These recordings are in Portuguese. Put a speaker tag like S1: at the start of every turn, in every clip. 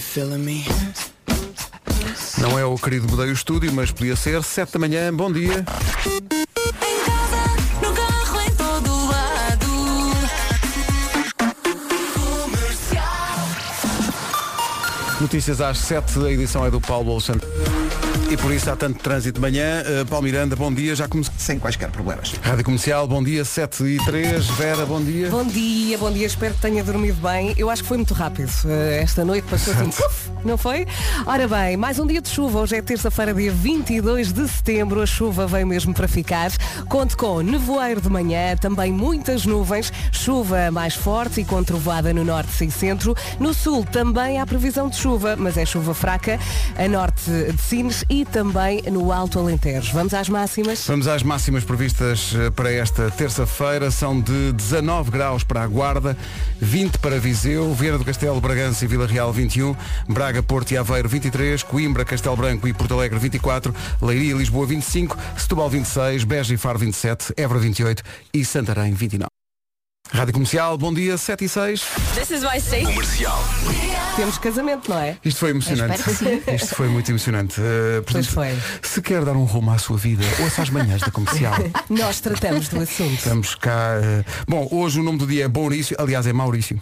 S1: feeling me?
S2: Não é o querido Mudei o Estúdio, mas podia ser. 7 da manhã, bom dia.
S3: Em casa, no carro, em todo lado.
S2: Notícias às 7, a edição é do Paulo Alexandre. E por isso há tanto trânsito de manhã. Uh, Paulo Miranda, bom dia. Já começou.
S4: Sem quaisquer problemas.
S2: Rádio Comercial, bom dia. 7 e 3. Vera, bom dia.
S5: Bom dia, bom dia, espero que tenha dormido bem. Eu acho que foi muito rápido. Eh, Esta noite passou assim, puf, não foi? Ora bem, mais um dia de chuva. Hoje é terça-feira, dia 22 de setembro. A chuva veio mesmo para ficar. Conto com nevoeiro de manhã, também muitas nuvens, chuva mais forte e com trovoada no norte e centro. No sul também há previsão de chuva, mas é chuva fraca, a norte de Sines e também no Alto Alentejo. Vamos às máximas?
S2: Vamos às máximas previstas eh, para esta terça-feira. São de 19 graus para a Guarda, 20 para Viseu, Vieira do Castelo, Bragança e Vila Real 21, Braga, Porto e Aveiro 23, Coimbra, Castelo Branco e Porto Alegre 24, Leiria e Lisboa 25, Setúbal 26, Beja e Faro 27, Évora 28 e Santarém 29. Rádio Comercial, bom dia, 7 e 6.
S3: This is my station.
S5: Temos casamento, não é?
S2: Isto foi emocionante. Isto foi muito emocionante. Eh, portanto,
S5: foi.
S2: Se quer dar um rumo à sua vida, ouça as manhãs da comercial.
S5: Nós tratamos do assunto.
S2: Estamos cá. eh, Bom, hoje o nome do dia é Maurício, aliás é Maurício.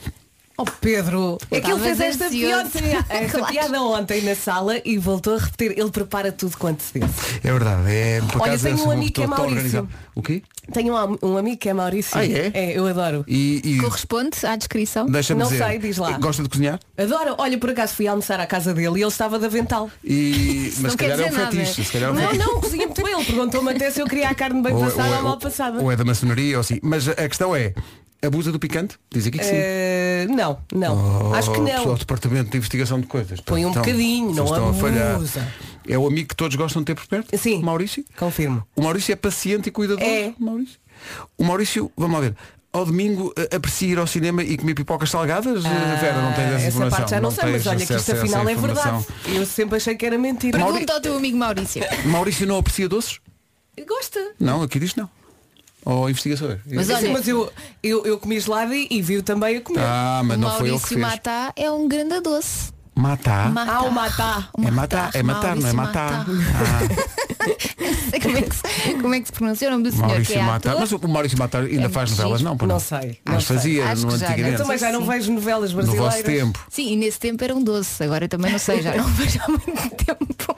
S5: Oh Pedro, é que ele
S6: Estavas
S5: fez esta, pior,
S6: ansioso.
S5: esta
S6: Claro.
S5: piada ontem na sala e voltou a repetir. Ele prepara tudo quanto se diz.
S2: É verdade, é por
S5: Olha,
S2: acaso
S5: tenho
S2: é
S5: um
S2: uma
S5: amigo que é
S2: pessoa tão
S5: Maurício.
S2: organizada. O quê?
S5: Tenho um, am- um amigo que é Maurício.
S2: Ah, é?
S5: eu adoro.
S2: E, e
S6: Corresponde à descrição?
S2: deixa-me
S5: Não
S2: dizer. eh,
S5: sei, diz lá.
S2: Gosta de cozinhar?
S5: Adoro. Olha, por acaso fui almoçar à casa dele e ele estava de avental.
S2: E,
S6: não
S2: mas se
S6: quer
S2: calhar é um
S6: dizer nada.
S2: fetiche. Se calhar é um
S5: Não,
S2: fetiche.
S5: não, cozinha muito ele. Perguntou-me até se eu queria a carne bem
S2: Ou é-
S5: passada ou,
S2: ou é-
S5: mal passada.
S2: ou é da maçonaria ou assim. Mas a a questão é, abusa do picante? Diz aqui que sim.
S5: Eh, não, não.
S2: assim? Oh,
S5: Acho que
S2: pessoal
S5: não.
S2: do departamento de investigação de coisas.
S5: Põe um
S2: Então,
S5: bocadinho, não
S2: vocês estão a falhar.
S5: abusa.
S2: É o amigo que todos gostam de ter por perto?
S5: Sim.
S2: Maurício?
S5: Confirmo.
S2: O Maurício é paciente e cuidadoso.
S5: É.
S2: O Maurício. O Maurício, vamos lá ver. Ao domingo eh, aprecia ir ao cinema e comer pipocas salgadas? Eh, Vera, não tens essa,
S5: Ah, essa
S2: informação.
S5: parte já não, sei, mas
S2: tens
S5: olha que
S2: acesso
S5: isto
S2: a essa
S5: afinal é
S2: informação.
S5: verdade. Eu sempre achei que era mentira.
S2: Mauri-
S6: Pergunta ao teu amigo Maurício.
S2: Maurício não aprecia doces?
S5: Gosta.
S2: Não, aqui diz que não. Ou investigador.
S6: Mas
S5: Sim,
S6: olha,
S5: mas eu, eu, eu comi gelado e, e viu também a comer.
S2: Ah, mas
S6: o
S2: não foi ele que
S6: Maurício
S2: fez.
S6: Matá é um grande doce.
S2: Matar.
S6: Matá.
S5: Ah, o Matá.
S2: É matar, é matar, não é
S6: Maurício
S2: matar. Ah,
S6: Matá. como, é que se, como é que se pronuncia o nome do
S2: Ah,
S6: senhor que
S2: Maurício
S6: é
S2: Matar.
S6: ator?
S2: Mas o Maurício Matar ainda faz
S6: muito
S2: novelas,
S6: giro.
S2: não? pois
S5: É Não sei, não
S2: Mas
S5: sei.
S2: fazia
S6: Acho
S2: no
S6: que já,
S2: antigamente.
S5: Eu também Então, já né? não
S6: Sim.
S5: vejo novelas
S2: No
S5: brasileiras.
S2: vosso tempo.
S6: Sim, e nesse tempo era um doce, agora também não sei, já não vejo há muito tempo.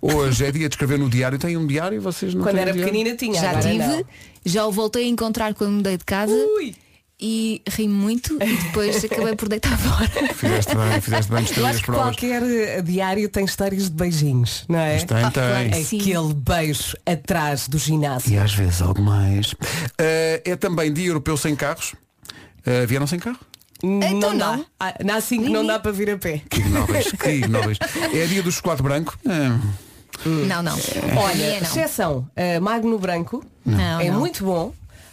S2: Hoje é dia de escrever no diário. Tem um diário e vocês não
S5: Quando
S2: têm
S5: era
S2: diário?
S5: pequenina tinha.
S6: Já
S5: agora
S6: tive,
S5: não.
S6: já o voltei a encontrar quando mudei de casa
S5: Ui.
S6: e ri muito e depois acabei por deitar fora.
S2: Fizeste bem, fizeste bem,
S5: Eu
S2: destruir as
S5: acho que
S2: provas.
S5: qualquer eh, diário tem histórias de beijinhos, não é?
S2: Tem,
S6: Ah,
S2: tem.
S6: claro.
S5: É
S6: Sim.
S5: Aquele beijo atrás do ginásio.
S2: E às vezes algo mais. Eh, é também dia europeu sem carros. Eh, vieram sem carro?
S5: não
S6: Então
S5: dá.
S6: não.
S5: Ah, Na assim que não dá para vir a pé.
S2: Que ignóveis, que ignóveis. É dia do chocolate branco. Eh,
S6: Não, não.
S5: Olha,
S6: É, não.
S5: exceção, eh, Magno Branco
S6: Não,
S5: é
S6: não.
S5: muito bom.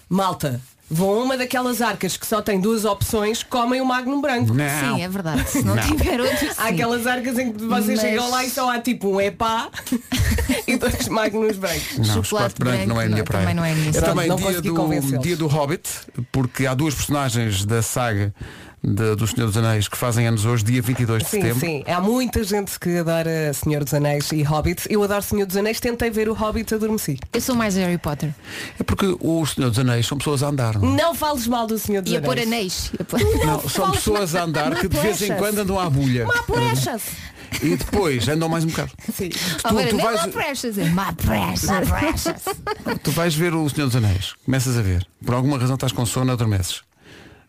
S5: Malta, vão a uma daquelas arcas que só tem duas opções, comem o Magno Branco.
S2: não.
S6: Sim, é verdade. Se não,
S2: Não.
S6: tiver outro. Sim.
S5: Há aquelas arcas em que vocês
S6: Mas-
S5: chegam lá e só há tipo um epá e dois magnos brancos.
S2: Não,
S6: Chocolate
S2: chocolate branco, não é a minha
S6: branco, não,
S2: praia.
S6: também não é a minha
S2: É
S6: praia.
S2: também
S5: Não
S2: dia
S5: consegui
S2: do,
S5: convencê-los.
S2: dia do Hobbit, porque há duas personagens da saga de- do Senhor dos Anéis que fazem anos hoje, dia 22 de
S5: Sim,
S2: setembro.
S5: sim. Há muita gente que adora Senhor dos Anéis e Hobbit. Eu adoro Senhor dos Anéis, tentei ver o Hobbit adormeci.
S6: Eu sou mais Harry Potter.
S2: É porque o Senhor dos Anéis são pessoas a andar, não é?
S5: Não fales mal do Senhor dos
S6: E a pôr
S5: Anéis.
S6: anéis. E a pôr-
S2: Não, são pessoas a andar que de vez em
S5: flechas.
S2: quando andam à bulha.
S5: Precious.
S2: E depois andam mais um bocado.
S5: Sim.
S6: Ah,
S2: Tu-
S6: pera,
S2: tu
S6: nem
S2: vais-
S6: My Precious. é My Precious.
S2: Tu vais ver o Senhor dos Anéis, começas a ver, por alguma razão estás com sono, adormeces.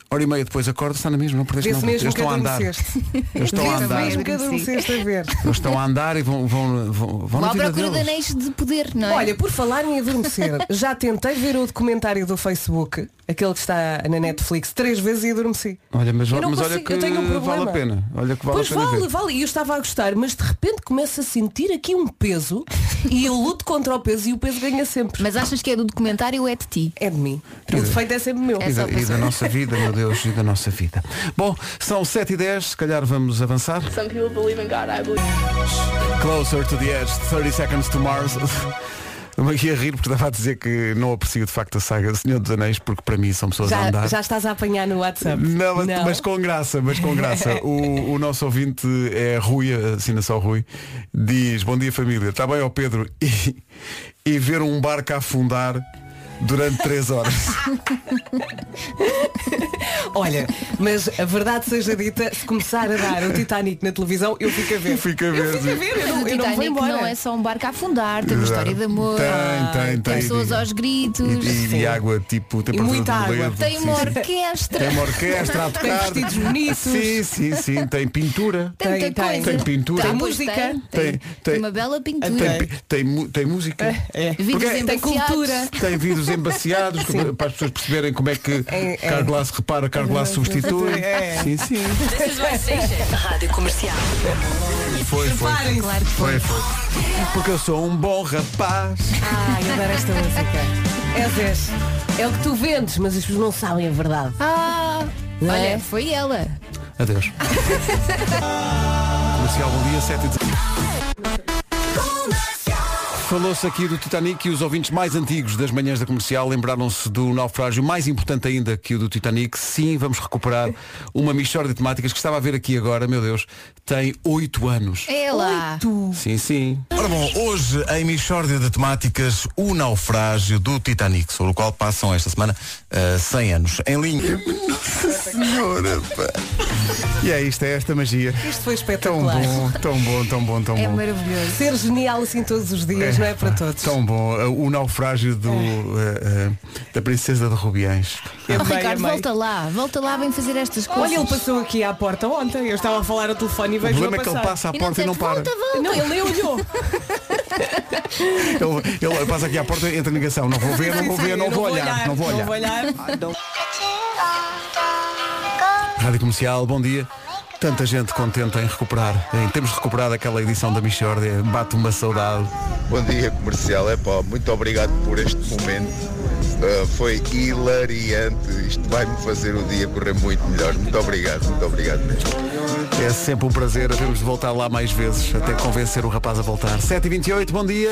S2: Hora e meia depois acordas, está na mesma, não perdeste
S5: Vê-se
S2: nada.
S5: mesmo
S2: Eles
S5: que
S2: estão a andar. Eles
S5: adormeceste.
S2: estão a
S6: Vê-se
S2: andar.
S5: mesmo que adormeceste a ver.
S2: Eles estão a andar e vão, vão, vão, vão
S6: Vão
S2: na
S6: à
S2: vida
S6: procura de
S2: deles.
S6: anéis de poder, não é?
S5: Olha, por falar em adormecer, já tentei ver o documentário do Facebook, aquele que está na Netflix, três vezes e adormeci.
S2: Olha, mas,
S5: Eu não
S2: mas olha
S5: consigo,
S2: que
S5: eu tenho um
S2: vale a
S5: problema.
S2: pena. Olha que vale
S5: pois
S2: a pena
S5: vale,
S2: ver.
S5: vale. E eu estava a gostar, mas de repente começo a sentir aqui um peso e eu luto contra o peso e o peso ganha sempre.
S6: Mas achas que é do documentário ou é de ti?
S5: É de mim. O defeito é sempre meu.
S6: É
S2: E
S6: só
S2: da, e da
S6: pessoa.
S2: nossa vida, meu Deus, e da nossa vida. Bom, são 7 e 10 se calhar vamos avançar.
S7: Some people believe in God, I believe.
S2: Closer to the Edge, 30 Seconds to Mars. O Estou-me aqui a rir porque estava a dizer que não aprecio de facto a saga do Senhor dos Anéis porque para mim são pessoas a
S5: Já,
S2: andar.
S5: já estás a apanhar no WhatsApp.
S2: Não, mas- mas com graça, mas com graça. O, o nosso ouvinte é Rui, assina só Rui, diz, bom dia família, está bem ao Pedro e, e ver um barco a afundar durante três horas.
S5: Olha, mas a verdade seja dita, se começar a dar o Titanic na televisão, eu fico a ver.
S2: Fica a ver.
S5: Eu fico a ver, eu não,
S6: O
S5: eu não vou
S6: Titanic
S5: embora.
S6: não é só um barco a afundar, tem uma
S2: Exato.
S6: história de amor,
S2: Tem, tem, tem.
S6: pessoas aos
S2: E,
S6: gritos,
S2: e de
S5: Sim.
S2: água, tipo, tem
S5: muita água.
S6: tem uma orquestra,
S2: Tem uma orquestra a
S5: Tem
S2: tocar.
S5: vestidos bonitos.
S2: Sim, sim, sim. Tem pintura.
S6: tem
S5: Tem,
S6: muita
S5: tem.
S6: coisa.
S2: Tem pintura.
S5: Tem
S6: Ah, pois
S5: música.
S6: Tem,
S2: Tem-
S6: tem,
S2: tem-
S6: tem uma bela pintura.
S2: Tem, pi- tem, mu- tem música.
S5: É.
S6: Vídeos
S2: Porque-
S5: Tem
S6: embaciados.
S5: cultura.
S2: Tem vidros embaciados para as pessoas perceberem como é que
S5: É, é.
S2: Carglass repara, Carglass substitui.
S5: É.
S2: Sim, sim.
S3: This is my station.
S1: Rádio Comercial.
S2: Foi, foi.
S5: Parem-se.
S6: um Claro que foi.
S2: Foi, foi. Porque eu sou um bom rapaz.
S5: Ai, adoro esta música. É Zés. É o que tu vendes, mas as pessoas não sabem a verdade.
S6: Ah,
S5: Não é?
S6: olha, foi ela.
S2: Adeus. Comercial, bom dia, 7 de... Falou-se aqui do Titanic e os ouvintes mais antigos das manhãs da comercial lembraram-se do naufrágio mais importante ainda que o do Titanic. Sim, vamos recuperar uma mistória de temáticas que estava a ver aqui agora, meu Deus, tem oito
S6: É
S2: anos.
S6: Ela.
S2: Sim, sim.
S4: Ora bom, hoje em Michórdia de Temáticas, o naufrágio do Titanic, sobre o qual passam esta semana ah, 100 anos. Em linha.
S2: Senhora, E é isto, é esta magia.
S5: Isto foi
S2: Tão
S5: espetacular.
S2: bom, tão bom, tão bom, tão
S6: É
S2: bom.
S6: maravilhoso.
S5: Ser genial assim todos os dias, não é para todos.
S2: Tão bom. Uh, O naufrágio
S6: É.
S2: do, uh, uh, da princesa de Rubiães.
S6: Oh,
S5: Amei,
S6: Ricardo,
S5: amei.
S6: volta lá, volta lá, vem fazer estas coisas.
S5: é Olha, ele passou aqui à porta ontem. Eu estava a falar ao telefone e
S2: O
S5: vejo
S2: problema é que ele passa à
S6: E não
S2: porta e
S6: disseste,
S2: não para.
S6: Volta, volta.
S5: Não, ele olhou.
S2: Ele, ele passa aqui à porta e entra em negação. Não vou ver, não vou ver, não vou olhar, não vou olhar. Rádio Comercial, bom dia. Tanta gente contente em recuperar. Em termos recuperado aquela edição da Michórdia, bate uma saudade.
S7: Bom dia comercial, é pá, muito obrigado por este momento. Ah, foi hilariante, isto vai-me fazer o dia correr muito melhor. Muito obrigado, muito obrigado mesmo.
S2: É sempre um prazer havermos de voltar lá mais vezes, até convencer o rapaz a voltar. 7h28, bom dia.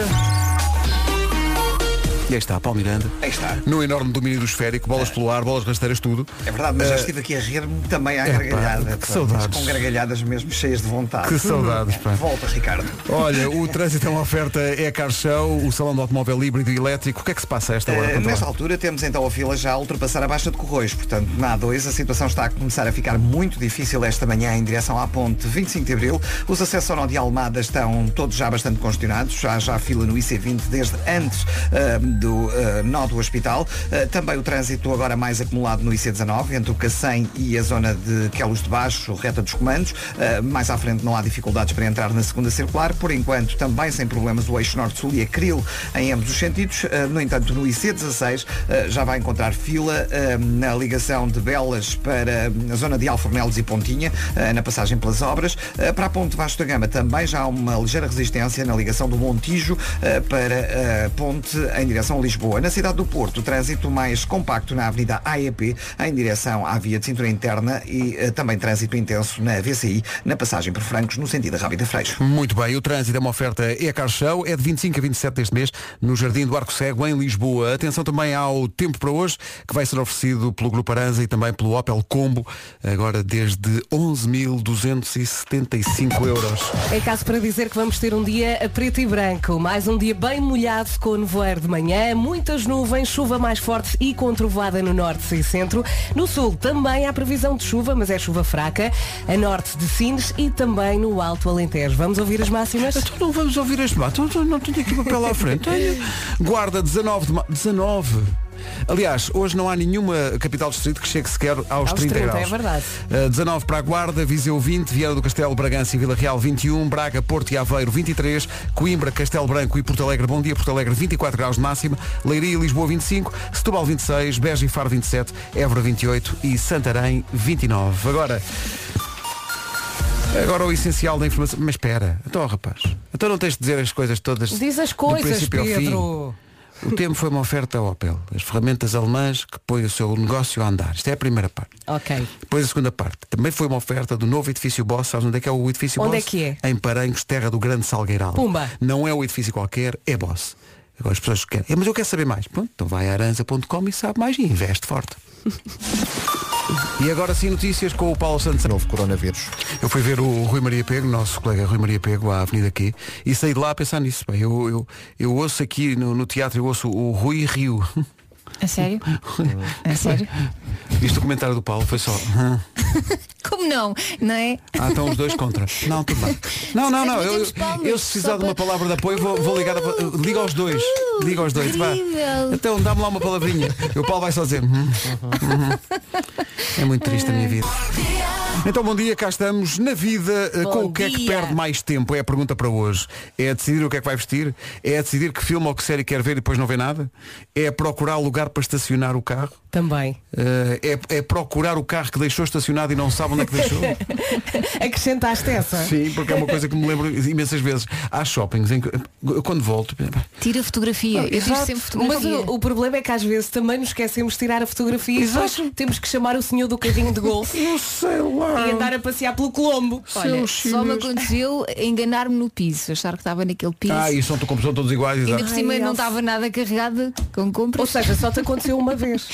S2: E aí está, Paulo Miranda.
S8: Aí está.
S2: No enorme domínio do esférico, bolas pelo ar, bolas rasteiras, tudo.
S8: É verdade, mas já estive aqui a rir-me também à
S2: Eh, epá,
S8: gargalhada.
S2: que
S8: pá,
S2: saudades.
S8: mas Com gargalhadas mesmo cheias de vontade. Hum.
S2: Que saudades, pá.
S8: Volta, Ricardo.
S2: Olha, o trânsito é uma oferta é Car Show, o salão do automóvel híbrido e elétrico. O que é que se passa a esta hora?
S8: Eh,
S2: Conta lá.
S8: nesta altura temos então a fila já a ultrapassar a Baixa de Corroios, portanto na A2 a situação está a começar a ficar muito difícil esta manhã em direção à ponte 25 de Abril. Os acessos ao nó de Almada estão todos já bastante congestionados, já já fila no IC20 desde antes eh, do eh, nó do hospital. Eh, também o trânsito agora mais acumulado no IC19, entre o Cacém e a zona de Queluz de Baixo, reta dos comandos. Eh, mais à frente não há dificuldades para entrar na segunda circular, por enquanto também sem problemas o eixo norte-sul e a Cril em ambos os sentidos. Eh, No entanto, no IC16 eh, já vai encontrar fila eh, na ligação de Belas para eh, a zona de Alfornelos e Pontinha, eh, na passagem pelas obras. Eh, Para a Ponte Vasco da Gama também já há uma ligeira resistência na ligação do Montijo eh, para a Ponte em direção a Lisboa. Na cidade do Porto, o trânsito mais compacto na Avenida AEP em direção à via de cintura interna e eh, também trânsito intenso na VCI, na passagem por Francos, no sentido da Rábida Freixo.
S2: Muito bem, o trânsito é uma oferta Ecar Show, é de 25 a 27 deste mês, no Jardim do Arco Cego, em Lisboa. Atenção também ao tempo para hoje, que vai ser oferecido pelo Grupo Aranza e também pelo Opel Combo, agora desde 11.275 euros.
S5: É caso para dizer que vamos ter um dia a preto e branco. Mais um dia bem molhado com nevoeiro de manhã, muitas nuvens, chuva mais forte e com trovoada no norte e centro. No sul também há previsão de chuva, mas é chuva fraca. A norte de Sines e também no Alto Alentejo. Vamos ouvir as máximas?
S2: Então não vamos ouvir as matas, não tenho aqui papel à frente. Tenho. Guarda 19 de ma... 19. Aliás, hoje não há nenhuma capital distrito que chegue sequer aos,
S5: Aos
S2: 30,
S5: 30,
S2: graus.
S5: é verdade.
S2: Uh, 19 para a Guarda, Viseu 20, Vieira do Castelo, Bragança e Vila Real 21, Braga, Porto e Aveiro 23, Coimbra, Castelo Branco e Porto Alegre, Bom Dia Porto Alegre 24 graus de máxima, Leiria e Lisboa 25, Setúbal 26, Beja e Faro 27, Évora 28 e Santarém 29. Agora, agora o essencial da informação. Mas espera, então rapaz, então não tens de dizer as coisas todas.
S5: Diz as
S2: do
S5: coisas,
S2: princípio ao fim.
S5: Pedro.
S2: O tempo foi uma oferta Opel, as ferramentas alemãs que põem o seu negócio a andar. Isto é a primeira parte.
S5: Ok.
S2: Depois a segunda parte. Também foi uma oferta do novo edifício Boss. Sabes onde é que é o edifício
S5: Onde
S2: Boss?
S5: é que é?
S2: Em Paranhos, terra do grande Salgueiral.
S5: Pumba.
S2: Não é um edifício qualquer, é Boss. Agora as pessoas querem. "É, Mas eu quero saber mais. Pronto, então vai a aranza.com e sabe mais e investe forte. E agora sim notícias com o Paulo Santos.
S1: Novo coronavírus.
S2: Eu fui ver o Rui Maria Pego, nosso colega Rui Maria Pego, à Avenida aqui, e saí de lá a pensar nisso. Bem, eu, eu, eu ouço aqui no, no teatro, eu ouço o Rui Rio.
S6: A sério? A sério?
S2: Isto o comentário do Paulo foi só.
S6: Como não? Não é?
S2: Ah, estão os dois contra. Não, tudo bem. Não, não, não. Eu, eu se precisar de uma palavra de apoio, vou, vou ligar. A,
S3: Uh,
S2: liga aos dois. Liga aos dois. Vá.
S6: Incrível.
S2: Então dá-me lá uma palavrinha. E o Paulo vai só dizer. "Hum,
S3: Uhum.
S2: hum." É muito triste a minha vida. Então bom dia, cá estamos na vida eh,
S3: Bom
S2: com o que é que
S3: dia.
S2: perde mais tempo, é a pergunta para hoje. É decidir o que é que vai vestir? É decidir que filme ou que série quer ver e depois não vê nada? É procurar lugar para estacionar o carro?
S5: Também.
S2: Eh, é, é procurar o carro que deixou estacionado e não sabe onde é que deixou?
S5: Acrescentaste essa?
S2: Sim, porque é uma coisa que me lembro imensas vezes. Há shoppings em que eu quando volto,
S6: Tira fotografia. Eu tiro
S5: Exato.
S6: sempre
S5: Mas
S6: fotografia.
S5: o, o problema é que às vezes também nos esquecemos de tirar a fotografia e depois temos que chamar o senhor do carrinho de golfe
S2: eu sei lá.
S5: e andar a passear pelo Colombo.
S6: Olha, só me aconteceu enganar-me no piso, achar que estava naquele piso.
S2: Ah, e são, como são todos iguais,
S6: Ainda
S2: exato.
S6: por cima
S5: Ai,
S6: não
S5: Elsa.
S6: estava nada carregada com
S5: Ou
S6: compras.
S5: seja, só te aconteceu uma vez.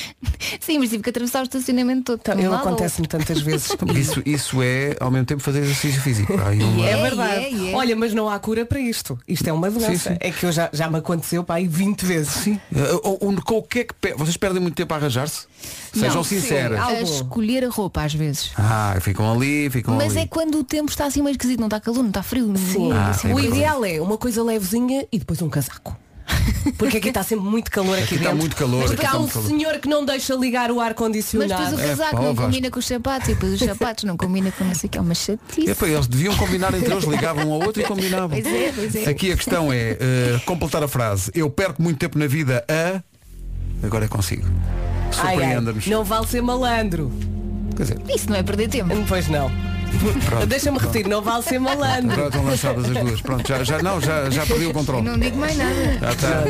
S6: Sim, mas tive que atravessar o estacionamento todo. de um
S5: Eu
S6: lado ao
S5: acontece-me tantas vezes.
S2: Então, Isso, isso é, ao mesmo tempo, fazer exercício físico. Há aí uma-
S5: É
S6: É,
S5: verdade.
S6: é, é.
S5: Olha, mas não há cura para isto. Isto é uma doença.
S2: Sim, sim.
S5: É que eu já, já me aconteceu pá, aí 20 vezes. Sim.
S2: Eh, ou- ou- com o que é que pe- Vocês perdem muito tempo a arranjar-se? Sejam
S6: Não,
S2: sinceras.
S5: sim.
S6: outro. A
S5: Algo.
S6: escolher a roupa às vezes.
S2: Ah, ficam ali, ficam
S6: Mas
S2: ali.
S6: é quando o tempo está assim meio esquisito, não está calor, não está frio. não-
S2: Ah,
S6: assim,
S2: tem
S5: o
S2: verdade.
S5: ideal é uma coisa levezinha e depois um casaco. Porque aqui está sempre muito calor aqui,
S2: Aqui
S5: dentro.
S2: está muito calor,
S5: Porque
S2: aqui está
S5: há um
S2: muito calor.
S5: senhor que não deixa ligar o
S6: Mas depois
S5: ar-condicionado.
S6: o
S2: É,
S6: casaco
S2: pá, ó
S6: não
S2: Vasco.
S6: combina com os sapatos e depois os sapatos não combinam com não sei o que, é uma chatice.
S2: Epá, eles deviam combinar entre eles, ligavam um ao outro e combinavam.
S6: Pois é, pois é.
S2: Aqui a questão é eh, completar a frase. Eu perco muito tempo na vida a. Agora é consigo.
S5: Ai, ai,
S2: Surpreenda-nos.
S5: não vale ser malandro.
S2: Quer dizer,
S6: Isso não é perder tempo.
S5: Pois não. Deixa-me repetir, não vale ser malandro.
S2: agora estão lançadas as duas. Pronto, já, já não, já, já perdi o controle.
S6: Não digo mais nada.
S2: Já está.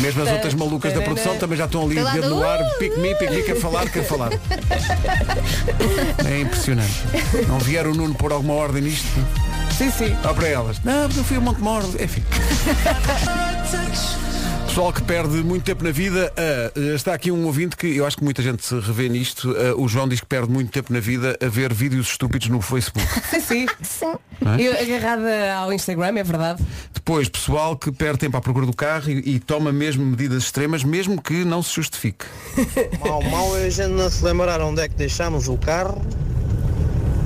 S2: Mesmo as outras malucas da produção também já estão ali
S6: Está lá
S2: dedo no
S6: do-
S2: ar, pique-me, pique-me, quer falar, quer falar. É impressionante. Não vier o Nuno por alguma ordem nisto?
S5: Sim, sim.
S2: Dá para elas. Não, porque eu fui um a Montemor. Enfim. Pessoal que perde muito tempo na vida, ah, está aqui um ouvinte que eu acho que muita gente se revê nisto. ah, o João diz que perde muito tempo na vida a ver vídeos estúpidos no Facebook.
S5: Sim, sim.
S2: é?
S5: Eu agarrada ao Instagram, é verdade.
S2: Depois, pessoal que perde tempo à procura do carro e, e toma mesmo medidas extremas, mesmo que não se justifique.
S9: Mal, mal a gente não se lembrar onde é que deixámos o carro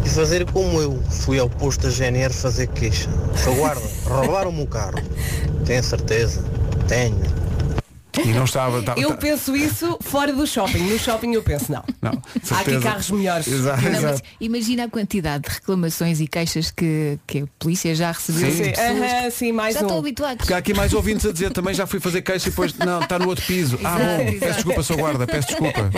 S9: e fazer como eu. Fui ao posto da GNR fazer queixa. Seu guarda, roubaram-me o carro. Tenho certeza? Tenho.
S2: E não estava. estava-
S5: Eu
S2: tá-
S5: penso isso fora do shopping. No shopping eu penso não.
S2: Não,
S5: Há aqui
S2: certeza.
S5: carros melhores.
S2: Exato,
S6: Não,
S2: exato.
S6: mas imagina a quantidade de reclamações e queixas que, que a polícia já recebeu.
S2: Sim.
S6: de pessoas que
S5: Aham, sim, mais
S6: Já
S5: um.
S6: estão habituados.
S2: Porque há aqui mais ouvintes a dizer também já fui fazer queixa e depois. Não, está no outro piso. Ah,
S6: Exato,
S2: bom,
S6: exato.
S2: peço desculpa, sou guarda, peço desculpa.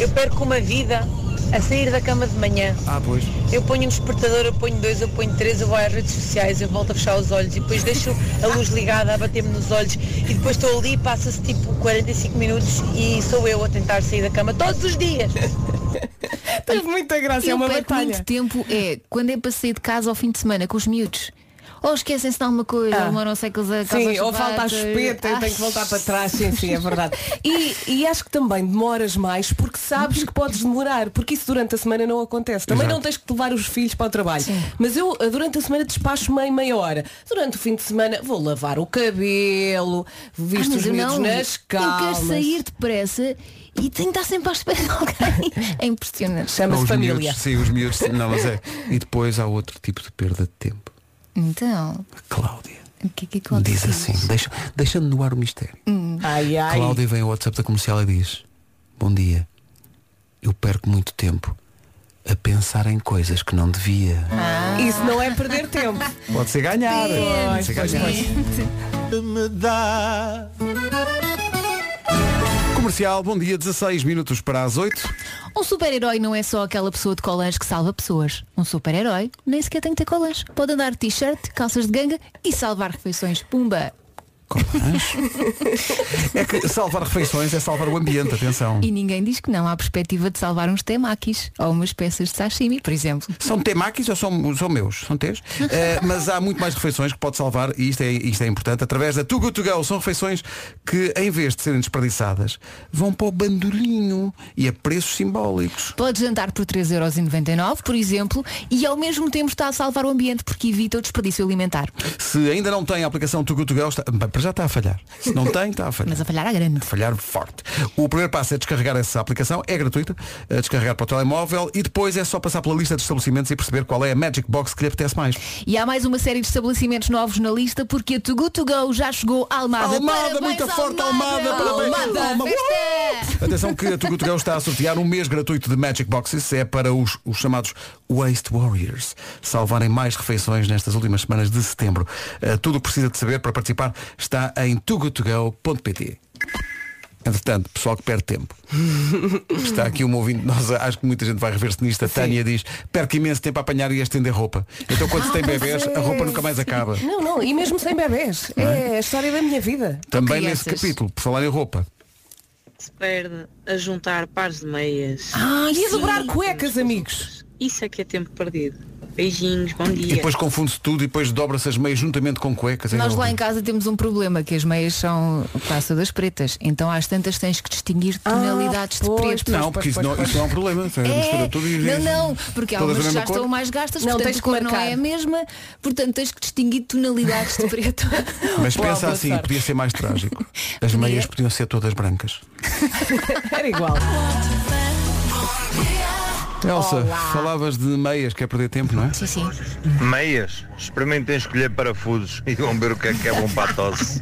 S10: Eu perco uma vida a sair da cama de manhã.
S2: Ah, pois.
S10: Eu ponho um despertador, eu ponho dois, eu ponho três, eu vou às redes sociais, eu volto a fechar os olhos e depois deixo a luz ligada a bater-me nos olhos e depois estou ali e passa-se tipo 45 minutos e sou eu a tentar sair da cama todos os dias.
S5: Tens muita graça, é
S6: eu
S5: uma
S6: um perco muito
S5: batalha.
S6: tempo é quando é para sair de casa ao fim de semana com os miúdos. Ou esquecem-se de alguma coisa,
S5: Ah.
S6: ou não sei que eles acabam
S5: Sim, ou
S6: chupar,
S5: falta a chupeta e
S6: Ah,
S5: tem que voltar para trás, sim, sim, é verdade. E, e acho que também demoras mais porque sabes que podes demorar, porque isso durante a semana não acontece. Também
S2: Exato.
S5: não tens que levar os filhos para o trabalho. Mas eu eh, durante a semana despacho meio meia hora. Durante o fim de semana vou lavar o cabelo,
S6: Ah,
S5: visto
S6: mas
S5: os
S6: eu
S5: miúdos
S6: não,
S5: nas
S6: eu quero
S5: calmas.
S6: sair depressa e tenho que estar sempre à espera de alguém. É impressionante.
S5: Chama-se
S2: os
S5: família.
S2: miúdos, sim, os miúdos. Não, mas é. E depois há outro tipo de perda de tempo.
S6: Então,
S2: A Cláudia
S6: o que é que acontece?
S2: diz assim, deixa, deixando no ar o mistério.
S5: Ai, ai.
S2: Cláudia vem ao WhatsApp da comercial e diz Bom dia, eu perco muito tempo a pensar em coisas que não devia.
S5: Isso não é perder tempo.
S2: Pode ser ganhar.
S5: É,
S2: Pode ser ganhar. Comercial, bom dia, 16 minutos para as 8.
S6: Um super-herói não é só aquela pessoa de colãs que salva pessoas. Um super-herói nem sequer tem que ter colãs. Pode andar de t-shirt, calças de ganga e salvar refeições. Pumba!
S2: É que salvar refeições é salvar o ambiente, atenção.
S6: E ninguém diz que não há perspectiva de salvar uns temakis ou umas peças de sashimi, por exemplo.
S2: São temakis ou são, são meus? São teus? Eh, mas há muito mais refeições que pode salvar, e isto é, isto é importante, através da Too Good To Go. São refeições que, em vez de serem desperdiçadas, vão para o bandolinho e a preços simbólicos.
S6: Pode jantar por 3,99€, por exemplo, e ao mesmo tempo está a salvar o ambiente porque evita o desperdício alimentar.
S2: Se ainda não tem a aplicação Too Good To Go, está, bem, para já está a falhar. Se não tem, está a falhar.
S6: Mas a falhar à grande.
S2: falhar forte. O primeiro passo é descarregar essa aplicação, é gratuita, é descarregar para o telemóvel e depois é só passar pela lista de estabelecimentos e perceber qual é a Magic Box que lhe apetece mais.
S6: E há mais uma série de estabelecimentos novos na lista porque a To Go To Go já chegou à Almada.
S2: Almada,
S6: Parabéns,
S2: muita forte, Almada, parabéns,
S6: Almada,
S2: Almada.
S6: festa!
S2: Atenção que a Tugutugão está a sortear um mês gratuito de Magic Boxes, é para os, os chamados Waste Warriors, salvarem mais refeições nestas últimas semanas de setembro. Eh, tudo o que precisa de saber para participar está em tugutugão.pt. Entretanto, pessoal que perde tempo. Está aqui um ouvinte, nós acho que muita gente vai rever-se nisto. A Tânia diz, perco imenso tempo a apanhar e a estender roupa. Então quando se
S6: Ah,
S2: tem bebés, a
S6: é.
S2: roupa nunca mais acaba.
S5: Não, não, e mesmo sem bebés. É a história da minha vida.
S2: Também
S6: crianças.
S2: nesse capítulo, por falar em roupa.
S10: Se perde a juntar pares de meias.
S5: Ah, e a dobrar
S10: Sim.
S5: cuecas, amigos.
S10: Isso é que é tempo perdido. Beijinhos, bom dia.
S2: E depois confunde-se tudo e depois dobra-se as meias juntamente com cuecas. é
S6: Nós
S2: Ainda
S6: lá
S2: não-
S6: em casa temos um problema, que as meias são passa das pretas. Então às tantas tens que distinguir tonalidades de
S5: pois,
S6: preto.
S2: Não, porque isso não, isso não é um problema. Isso é mistura
S6: É,
S2: tudo e-
S6: não, não, porque há
S2: Todas
S6: umas
S2: da
S6: que já
S2: mesma cor?
S6: estão mais gastas,
S5: Não,
S6: portanto
S5: tens
S6: a
S5: que
S6: cor não
S5: marcar.
S6: é a mesma, portanto tens que distinguir tonalidades de preto.
S2: Mas
S5: Boa,
S2: pensa
S5: boa
S2: assim,
S5: sorte.
S2: podia ser mais trágico. As
S6: Podia.
S2: meias podiam ser todas brancas.
S5: Era igual.
S2: Elsa, falavas de meias, quer perder tempo, não é?
S6: sim, sim.
S1: Meias, experimentem escolher parafusos e vão ver o que é que é bom para a tosse.